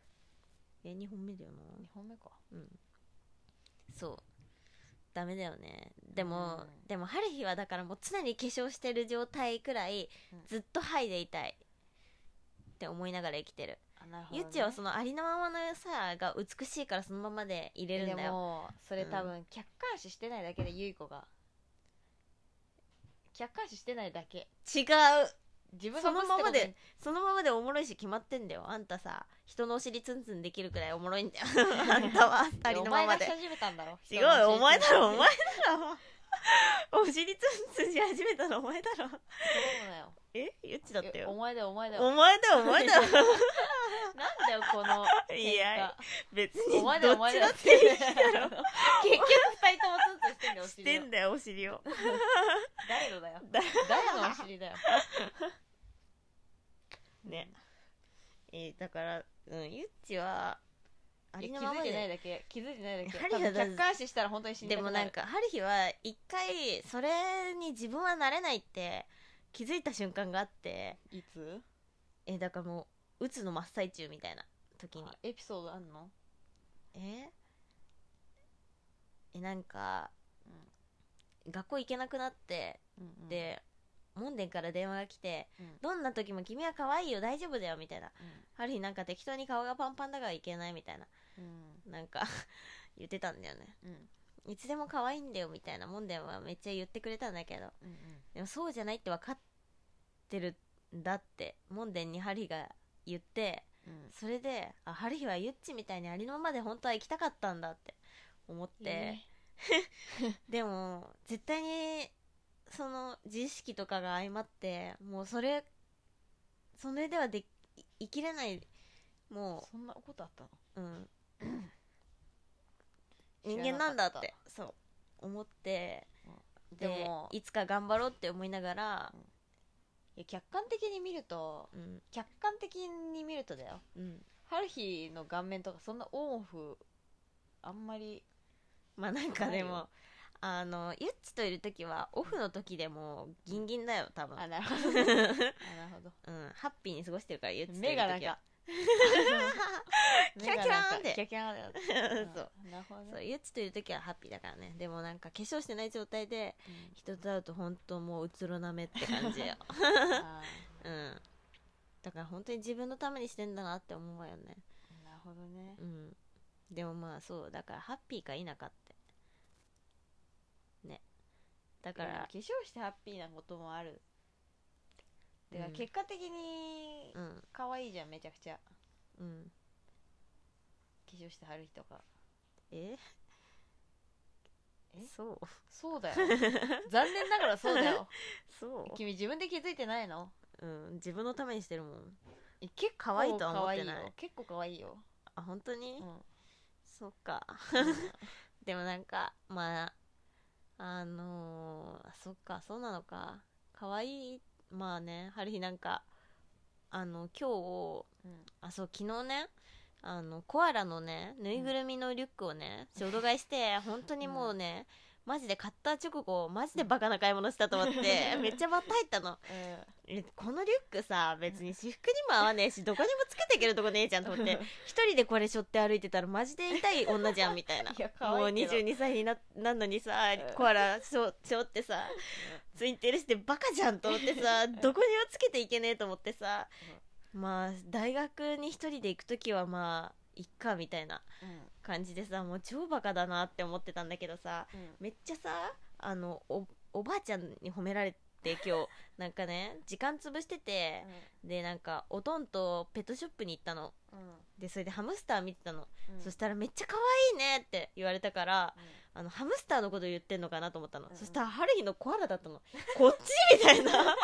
Speaker 2: いや2本目だよな
Speaker 1: 二本目か
Speaker 2: うんそうダメだよねでも、
Speaker 1: うん
Speaker 2: でも春日はだからもう常に化粧してる状態くらい
Speaker 1: うん
Speaker 2: ずっとハイでいたいって思いながら生きてる、
Speaker 1: あなるほど、
Speaker 2: ゆっ
Speaker 1: ね、
Speaker 2: ちはそのありのままのさが美しいからそのままでいれるんだ
Speaker 1: で
Speaker 2: よ
Speaker 1: もそれ多分客観視してないだけでゆい子が客観視してないだけ
Speaker 2: 違う
Speaker 1: 自分が
Speaker 2: そのままで
Speaker 1: 持って
Speaker 2: そのままでおもろいし決まってんだよあんたさ人のお尻ツンツンできるくらいおもろいん だよあんたは
Speaker 1: た
Speaker 2: あり
Speaker 1: ことにお
Speaker 2: のま
Speaker 1: 前
Speaker 2: ま
Speaker 1: が
Speaker 2: で
Speaker 1: し始めたんだろ
Speaker 2: 違うよお前だろお 前だ
Speaker 1: そう
Speaker 2: ろお尻ツンツンし始めたのお前だろ
Speaker 1: だよ
Speaker 2: えゆっちだった
Speaker 1: えお
Speaker 2: よ
Speaker 1: 前だよお前だ
Speaker 2: お
Speaker 1: よ
Speaker 2: 前だお前だ
Speaker 1: なんだよこの
Speaker 2: いや 別
Speaker 1: 喧嘩
Speaker 2: に
Speaker 1: お
Speaker 2: どっち
Speaker 1: 前だよお前だ
Speaker 2: だ
Speaker 1: よ
Speaker 2: っ
Speaker 1: 結
Speaker 2: ていい
Speaker 1: 局二
Speaker 2: だろ
Speaker 1: 人ともツンツンしてんだよお
Speaker 2: し
Speaker 1: 尻
Speaker 2: て
Speaker 1: を
Speaker 2: んだよお尻を
Speaker 1: 誰のだよ
Speaker 2: だ
Speaker 1: 誰のお尻だよ
Speaker 2: ね えーだからうんゆっちは あ
Speaker 1: い
Speaker 2: り
Speaker 1: や
Speaker 2: の
Speaker 1: 気
Speaker 2: まま
Speaker 1: づいてない
Speaker 2: で
Speaker 1: だけ気づいてないだけ
Speaker 2: ハリ
Speaker 1: 多
Speaker 2: ーは
Speaker 1: 分客観視したら本当に死ん
Speaker 2: で
Speaker 1: でく
Speaker 2: も
Speaker 1: な
Speaker 2: な
Speaker 1: る
Speaker 2: んか春日は一回それに自分はなれないって気づいた瞬間があって
Speaker 1: いつ
Speaker 2: えーだからもう打つの真っ最中みたいな時に
Speaker 1: あエピソードあんの
Speaker 2: ええなんか
Speaker 1: うん
Speaker 2: 学校行けなくなって
Speaker 1: うんうん
Speaker 2: で門殿から電話が来て、
Speaker 1: うん
Speaker 2: どんな時も君は可愛いよ大丈夫だよみたいな
Speaker 1: うん
Speaker 2: ある日なんか適当に顔がパンパンだからいけないみたいな
Speaker 1: うん
Speaker 2: なんか 言ってたんだよね
Speaker 1: うん
Speaker 2: いつでも可愛いんだよみたいな門殿はめっちゃ言ってくれたんだけど
Speaker 1: うんうん
Speaker 2: でもそうじゃないって分かってるんだって門殿にハリーが言って
Speaker 1: うん
Speaker 2: それであハリーはユッチみたいにありのままで本当は行きたかったんだって思って、
Speaker 1: え
Speaker 2: でも絶対にその自意識とかが相まってもうそれそれではでき生きれないも
Speaker 1: そんなことあったの
Speaker 2: う、 うん、
Speaker 1: 知
Speaker 2: 人間
Speaker 1: らなか
Speaker 2: な
Speaker 1: った
Speaker 2: んだってそう思ってで
Speaker 1: でもい
Speaker 2: いつか頑張ろうって思いながら
Speaker 1: や客観的に見ると
Speaker 2: うん
Speaker 1: 客観的に見るとだよ
Speaker 2: うん
Speaker 1: 春日の顔面とかそんなオンオフあんまり
Speaker 2: まあなんかで
Speaker 1: ない
Speaker 2: もあのゆっちといる時はオフの時でもギンギンだよ多分
Speaker 1: あな るほどあなるほど
Speaker 2: うんハッピーに過ごしてるからゆっちといる時
Speaker 1: 目がな ん
Speaker 2: は
Speaker 1: か
Speaker 2: キャキャーンって
Speaker 1: キャキャーンだよ
Speaker 2: そう
Speaker 1: うんなるほど
Speaker 2: そう
Speaker 1: ね
Speaker 2: ゆっちといる時はハッピーだからねでもなんか化粧してない状態で
Speaker 1: うん
Speaker 2: 人と会うと本当もううつろなめって感じよ
Speaker 1: あ
Speaker 2: うんだから本当に自分のためにしてんだなって思うわよね
Speaker 1: ーなるほどね
Speaker 2: うんでもまあそうだからハッピーか否かってねだか
Speaker 1: いや
Speaker 2: ら
Speaker 1: 化粧してハッピーなこともあるてか
Speaker 2: うん
Speaker 1: 結果的に
Speaker 2: うん
Speaker 1: 可愛いじゃんめちゃくちゃ化
Speaker 2: うん
Speaker 1: 粧してはる日とか
Speaker 2: ええそう
Speaker 1: そうだよ 残念ながらそうだ よ
Speaker 2: そ
Speaker 1: 君自分で気づいてないの
Speaker 2: ううん自分のためにしてるもん
Speaker 1: え結構
Speaker 2: 可愛いとは思ってない
Speaker 1: 可愛よ結構可愛いよ、
Speaker 2: あ本当に、
Speaker 1: うん
Speaker 2: そっかでもなんかまああのーそっかそうなのか可愛いまあね春日なんかあの今日
Speaker 1: うん
Speaker 2: あそう昨日ねあのコアラのねぬいぐるみのリュックをね衝動買いして本当にもうね、マジで買った直後マジでバカな買い物したと思って めっちゃバッタ入ったのえこのリュックさ別に私服にも合わねえしどこにもつけていけるとこねえじゃんと 思って 一人でこれ背負って歩いてたらマジで痛い女じゃんみたいな
Speaker 1: いや可愛いけ ど
Speaker 2: もう22歳にななんのにさ
Speaker 1: うん
Speaker 2: コアラ背負背負ってさツインテールしてバカじゃんと思って さどこにもつけていけねえと思ってさまあ大学に一人で行く時はまあいっかみたいな
Speaker 1: うん
Speaker 2: 感じでさもう超バカだなって思ってたんだけどさ
Speaker 1: うん
Speaker 2: めっちゃさあのおおばあちゃんに褒められて今 日なんかね時間潰しててでなんかおとんとペットショップに行ったの
Speaker 1: うん
Speaker 2: でそれでハムスター見てたの、
Speaker 1: うん
Speaker 2: そしたらめっちゃ可愛いねって言われたからあのハムスターのこと言ってんのかなと思ったの、
Speaker 1: うん
Speaker 2: そしたら春日のコアラだったのこっちみた いな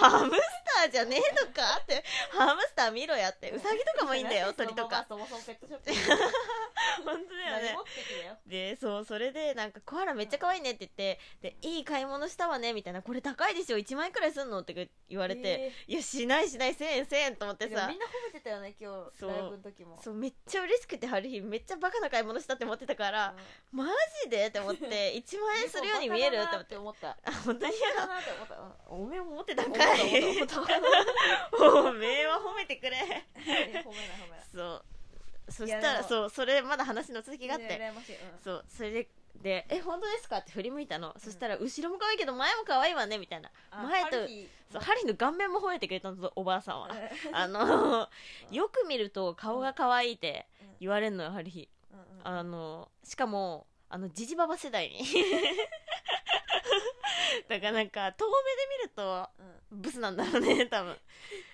Speaker 2: ハムスターじゃねえのかってハムスター見ろやってウサギとかもいいんだよ鳥と か
Speaker 1: そもそもペットショップに
Speaker 2: 本当だよね
Speaker 1: 何目的だよ
Speaker 2: でそうそれでなんかコアラめっちゃ可愛いねって言ってでいい買い物したわねみたいなこれ高いですよ1万円くらいすんのって言われて、いやしないしない1000円1000円と思って
Speaker 1: でも
Speaker 2: さ
Speaker 1: みんな褒めてたよね今日
Speaker 2: そう
Speaker 1: ライブの時も
Speaker 2: そうめっちゃ嬉しくて春日めっちゃバカな買い物したって思ってたから、マジでって思って1万 円するように見えるって思って
Speaker 1: て思った
Speaker 2: あ本当に
Speaker 1: バカだなって思ったうん
Speaker 2: おめえも思ってたん
Speaker 1: 思っ
Speaker 2: か
Speaker 1: た
Speaker 2: い
Speaker 1: 思った思った思っ
Speaker 2: おめえは褒めてくれ
Speaker 1: た褒めない褒めない
Speaker 2: そうそし
Speaker 1: いや
Speaker 2: た
Speaker 1: で
Speaker 2: ら
Speaker 1: も
Speaker 2: そうそれまだ話の続きがあって、
Speaker 1: ね羨ましいうん
Speaker 2: そうそれでで「え本当ですか?」って振り向いたの、そしたら「後ろも可愛いけど前も可愛いわね」みたいな
Speaker 1: あ
Speaker 2: 前と
Speaker 1: 春日
Speaker 2: そうハリーの顔面も褒めてくれたのぞおばあさんはあのよく見ると顔が可愛いって
Speaker 1: うん
Speaker 2: 言われるのよハリー
Speaker 1: うんうん
Speaker 2: あのしかもあのジジババ世代に だからなんか遠目で見ると
Speaker 1: うん
Speaker 2: ブスなんだろうね 多分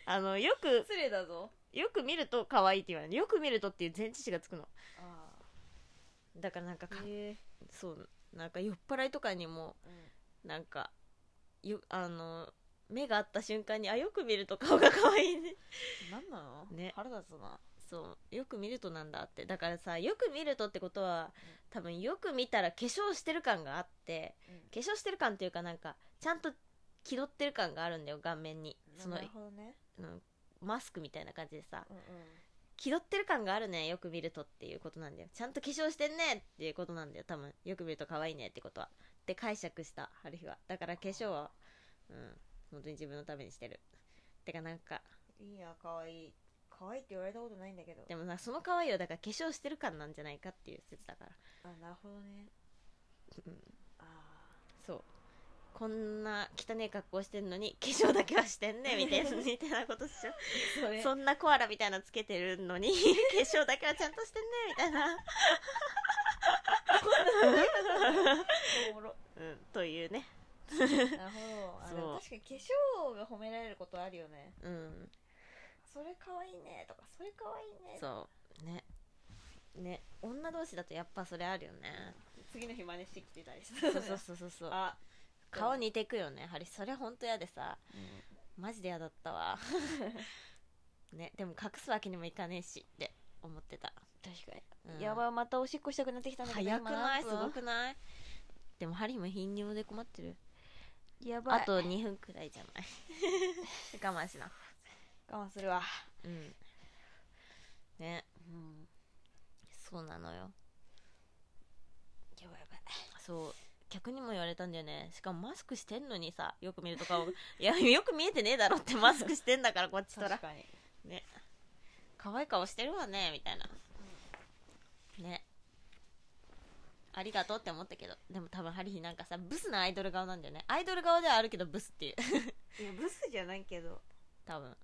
Speaker 2: あのよく
Speaker 1: 失礼だぞ
Speaker 2: よく見ると可愛いって言われるよく見るとっていう前置詞がつくの
Speaker 1: あ
Speaker 2: だからなんかか
Speaker 1: ーへえ
Speaker 2: そうなんか酔っ払いとかにもなんかよあの目が合った瞬間にあよく見ると顔が可愛い ね
Speaker 1: 何なの
Speaker 2: ね
Speaker 1: 腹立つな
Speaker 2: そうよく見るとなんだってだからさよく見るとってことは多分よく見たら化粧してる感があって
Speaker 1: うん
Speaker 2: 化粧してる感っていうかなんかちゃんと気取ってる感があるんだよ顔面にその
Speaker 1: なるほどね
Speaker 2: うんマスクみたいな感じでさ
Speaker 1: うんうん
Speaker 2: 気取ってる感があるねよく見るとっていうことなんだよちゃんと化粧してんねっていうことなんだよ多分よく見ると可愛いねってことはって解釈した春日はだから化粧はうん本当に自分のためにしてるてかなんか
Speaker 1: いいな可愛い可愛いって言われたことないんだけど
Speaker 2: でもなその可愛いはだから化粧してる感なんじゃないかっていう説だから
Speaker 1: あなるほどね
Speaker 2: うん
Speaker 1: あ
Speaker 2: そうこんな汚い格好してんのに化粧だけはしてんねみたいなみたいなことっしょ
Speaker 1: ーそれ
Speaker 2: そんなコアラみたいなのつけてるのに化粧だけはちゃんとしてんねみたいな
Speaker 1: おもろ
Speaker 2: うんというね
Speaker 1: なるほどあでも
Speaker 2: そう
Speaker 1: 確かに化粧が褒められることあるよね
Speaker 2: うん
Speaker 1: それ可愛いねとかそれ可愛いね
Speaker 2: そうねね女同士だとやっぱそれあるよね
Speaker 1: 次の日真似してきてたりす
Speaker 2: そう
Speaker 1: る
Speaker 2: そうそうそうそう
Speaker 1: あ
Speaker 2: 顔似てくよねハリそれほんと嫌でさマジで嫌だった わねでも隠すわけにもいかねえしって思ってた、
Speaker 1: 確か
Speaker 2: うん
Speaker 1: にやばいまたおしっこしたくなってきたんだけど
Speaker 2: 早くないす
Speaker 1: 今何
Speaker 2: ご
Speaker 1: 分
Speaker 2: くないでもハリーも頻尿で困ってる
Speaker 1: やばい
Speaker 2: あと2分くらいじゃない 我慢しな
Speaker 1: 我慢するわ
Speaker 2: うんね
Speaker 1: うん
Speaker 2: そうなのよ
Speaker 1: やばいやばい
Speaker 2: そう客にも言われたんだよねしかもマスクしてんのにさよく見ると顔がいや よく見えてねえだろってマスクしてんだからこっちとら
Speaker 1: 確かに
Speaker 2: 可愛い顔してるわねみたいなねありがとうって思ったけどでも多分ハリヒなんかさブスなアイドル顔なんだよねアイドル顔ではあるけどブスっていう
Speaker 1: いやブスじゃないけど
Speaker 2: 多分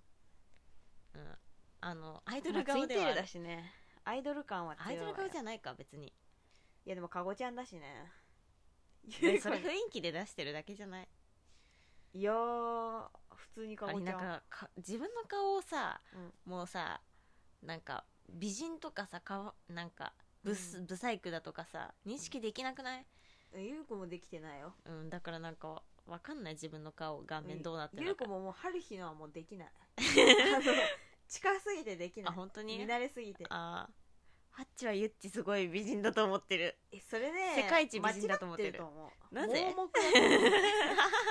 Speaker 2: うんあのアイド
Speaker 1: まあ
Speaker 2: ル
Speaker 1: ツイ
Speaker 2: 顔
Speaker 1: ンテ
Speaker 2: ではあ
Speaker 1: ール
Speaker 2: る
Speaker 1: だしねアイドル感は
Speaker 2: ア
Speaker 1: 強い
Speaker 2: イ
Speaker 1: わ
Speaker 2: ド
Speaker 1: よ
Speaker 2: ル顔じゃないか別 に
Speaker 1: いやでもかごちゃんだしね
Speaker 2: でそれ雰囲気で出してるだけじゃない
Speaker 1: いやー普通にか
Speaker 2: あ
Speaker 1: ご
Speaker 2: れ
Speaker 1: ちゃ
Speaker 2: なんんかか自分の顔をさ
Speaker 1: うん
Speaker 2: もうさなんか美人とかさかわなんかブス、ブサイクだとかさ認識できなくない、
Speaker 1: ゆうこもできてないよ
Speaker 2: うん、だからなんかわかんない自分の顔顔面どうなって
Speaker 1: ゆ
Speaker 2: る
Speaker 1: う
Speaker 2: か、
Speaker 1: こももう春日のはもうで きないあの近すぎてできな
Speaker 2: あ
Speaker 1: い
Speaker 2: 本当
Speaker 1: 見
Speaker 2: に
Speaker 1: 慣れすぎて
Speaker 2: あーハッチはゆっちすごい美人だと思ってる
Speaker 1: えそれね
Speaker 2: 世界一美人だと思ってる
Speaker 1: 間違思う
Speaker 2: なぜ
Speaker 1: 盲目だと思う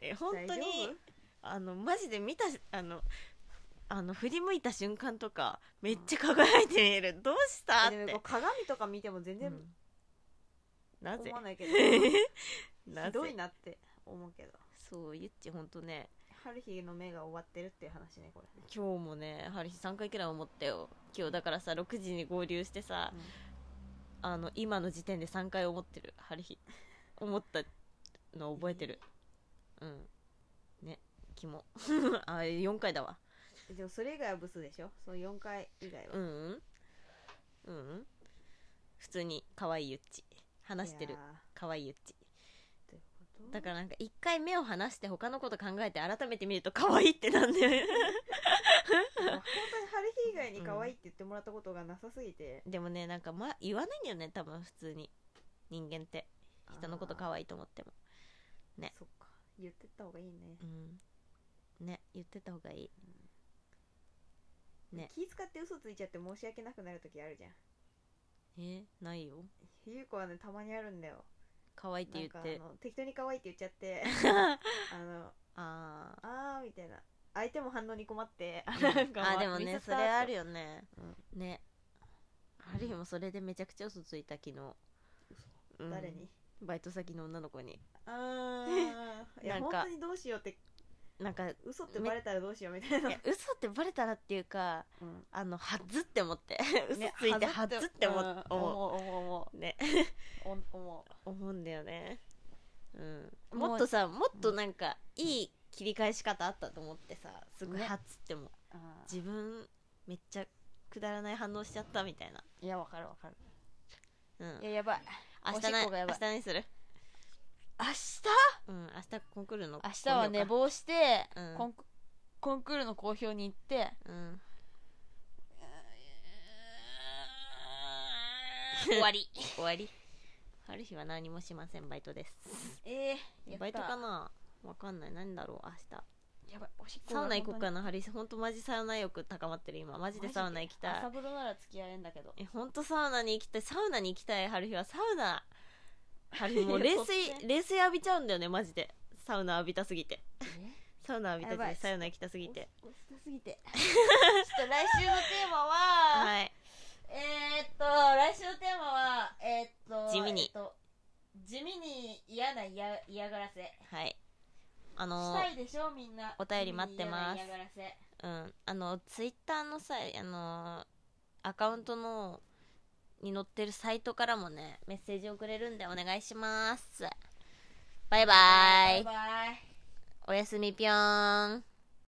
Speaker 2: え 本当に
Speaker 1: 大丈夫
Speaker 2: あのマジで見たあのあの振り向いた瞬間とかめっちゃ輝いて見えるどうしたっ
Speaker 1: えでもこ
Speaker 2: て
Speaker 1: う、鏡とか見ても全
Speaker 2: う
Speaker 1: 然
Speaker 2: ん なぜ
Speaker 1: 思わないけど、
Speaker 2: なぜ
Speaker 1: ひどいなって思うけど
Speaker 2: そうゆっちほんとね
Speaker 1: 春日の目が終わってるっていう話ねこれ
Speaker 2: 今日もねハリヒ3回くらい思ったよ今日だからさ6時に合流してさ、あの今の時点で3回思ってるハリヒ思ったの覚えてるうんねキモ あ4回だわ
Speaker 1: えでもそれ以外はブスでしょその4回以外は、
Speaker 2: うんうんうんうん普通に可愛いゆっち話してる
Speaker 1: いや
Speaker 2: 可愛いゆっち
Speaker 1: ーということ
Speaker 2: だからなんか一回目を離して他のこと考えて改めて見ると可愛いってなんだよ ね
Speaker 1: でも本当に春日以外に可愛いって言ってもらったことがなさすぎて、
Speaker 2: でもねなんか、ま、言わないんだよね多分普通に人間って人のこと可愛いと思ってもね
Speaker 1: そっか言ってった方がいいね
Speaker 2: うんね言ってた方がいいね
Speaker 1: 気使って嘘ついちゃって申し訳なくなる時あるじゃん
Speaker 2: えないよ
Speaker 1: ゆうこはねたまにあるんだよ
Speaker 2: 可愛いって
Speaker 1: な
Speaker 2: 言っ
Speaker 1: んか
Speaker 2: て
Speaker 1: あの適当に可愛いって言っちゃっ てあの
Speaker 2: あー
Speaker 1: あーみたいな相手も反応に困って あ
Speaker 2: あでもねそれあるよね、ね
Speaker 1: うん
Speaker 2: ある日もそれでめちゃくちゃ嘘ついた昨日、うん
Speaker 1: 誰に
Speaker 2: バイト先の女の子に
Speaker 1: あーいや
Speaker 2: なん
Speaker 1: 本
Speaker 2: か
Speaker 1: 当にどうしようって
Speaker 2: なんかい
Speaker 1: 嘘ってバレたらどうしようみたいな、
Speaker 2: や嘘ってバレたらっていうか
Speaker 1: うん
Speaker 2: あのはずって思って嘘
Speaker 1: ね
Speaker 2: ついてはずって思,、
Speaker 1: うん
Speaker 2: 思
Speaker 1: 思う思う思
Speaker 2: うね
Speaker 1: う思う思
Speaker 2: 思うんだよね、うん、
Speaker 1: もう
Speaker 2: もっとさもっとなんかいい切り返し方あったと思ってさすごい
Speaker 1: ね
Speaker 2: はつっても
Speaker 1: う
Speaker 2: 自分めっちゃくだらない反応しちゃったみたいな、
Speaker 3: いやわかるわかる
Speaker 2: うん
Speaker 3: い、ややばいお
Speaker 2: 明
Speaker 3: し
Speaker 2: 日
Speaker 3: っ
Speaker 2: な
Speaker 3: こがや
Speaker 2: 明
Speaker 3: ばい
Speaker 2: 日何する
Speaker 3: 明日
Speaker 2: うん明日コンクールの
Speaker 3: 明日は寝
Speaker 2: 今度か
Speaker 3: 坊して、
Speaker 2: うん
Speaker 3: コンクコンクールの公表に行って
Speaker 2: うん
Speaker 3: 終わり
Speaker 2: 終わりある日は何もしませんバイトです
Speaker 3: ええ
Speaker 2: バイトかなわかんない何だろう明日
Speaker 3: やばいおしっこ
Speaker 2: サウナ行こう
Speaker 3: な
Speaker 2: かなハリスほんとマジサウナ欲高まってる今マジでサウナ行きたい
Speaker 3: 朝風呂なら付き合えんだけど
Speaker 2: えほんとサウナに行きたいサウナに行きたい春日はサウナ春日もう冷
Speaker 3: 突
Speaker 2: 水冷水浴びちゃうんだよねマジでサウナ浴びたすぎてサウナ浴びた
Speaker 3: や
Speaker 2: す
Speaker 3: ば
Speaker 2: ぎ
Speaker 3: い
Speaker 2: てサウナ行きたすぎて
Speaker 3: おしたすぎてちょっと来週のテーマは、
Speaker 2: はい
Speaker 3: えー、っと来週のテーマはえー、っと
Speaker 2: 地味に
Speaker 3: えーっと地味に嫌な嫌嫌がらせ
Speaker 2: はいあの
Speaker 3: したいでしょみんな
Speaker 2: お便り待ってます
Speaker 3: 地味に嫌な嫌がら
Speaker 2: うんあのツイッターのさあのアカウントのに載ってるサイトからもねメッセージ送れるんでお願いしますバイバ
Speaker 3: せ
Speaker 2: イ
Speaker 3: バイバイ
Speaker 2: おやすみぴょーん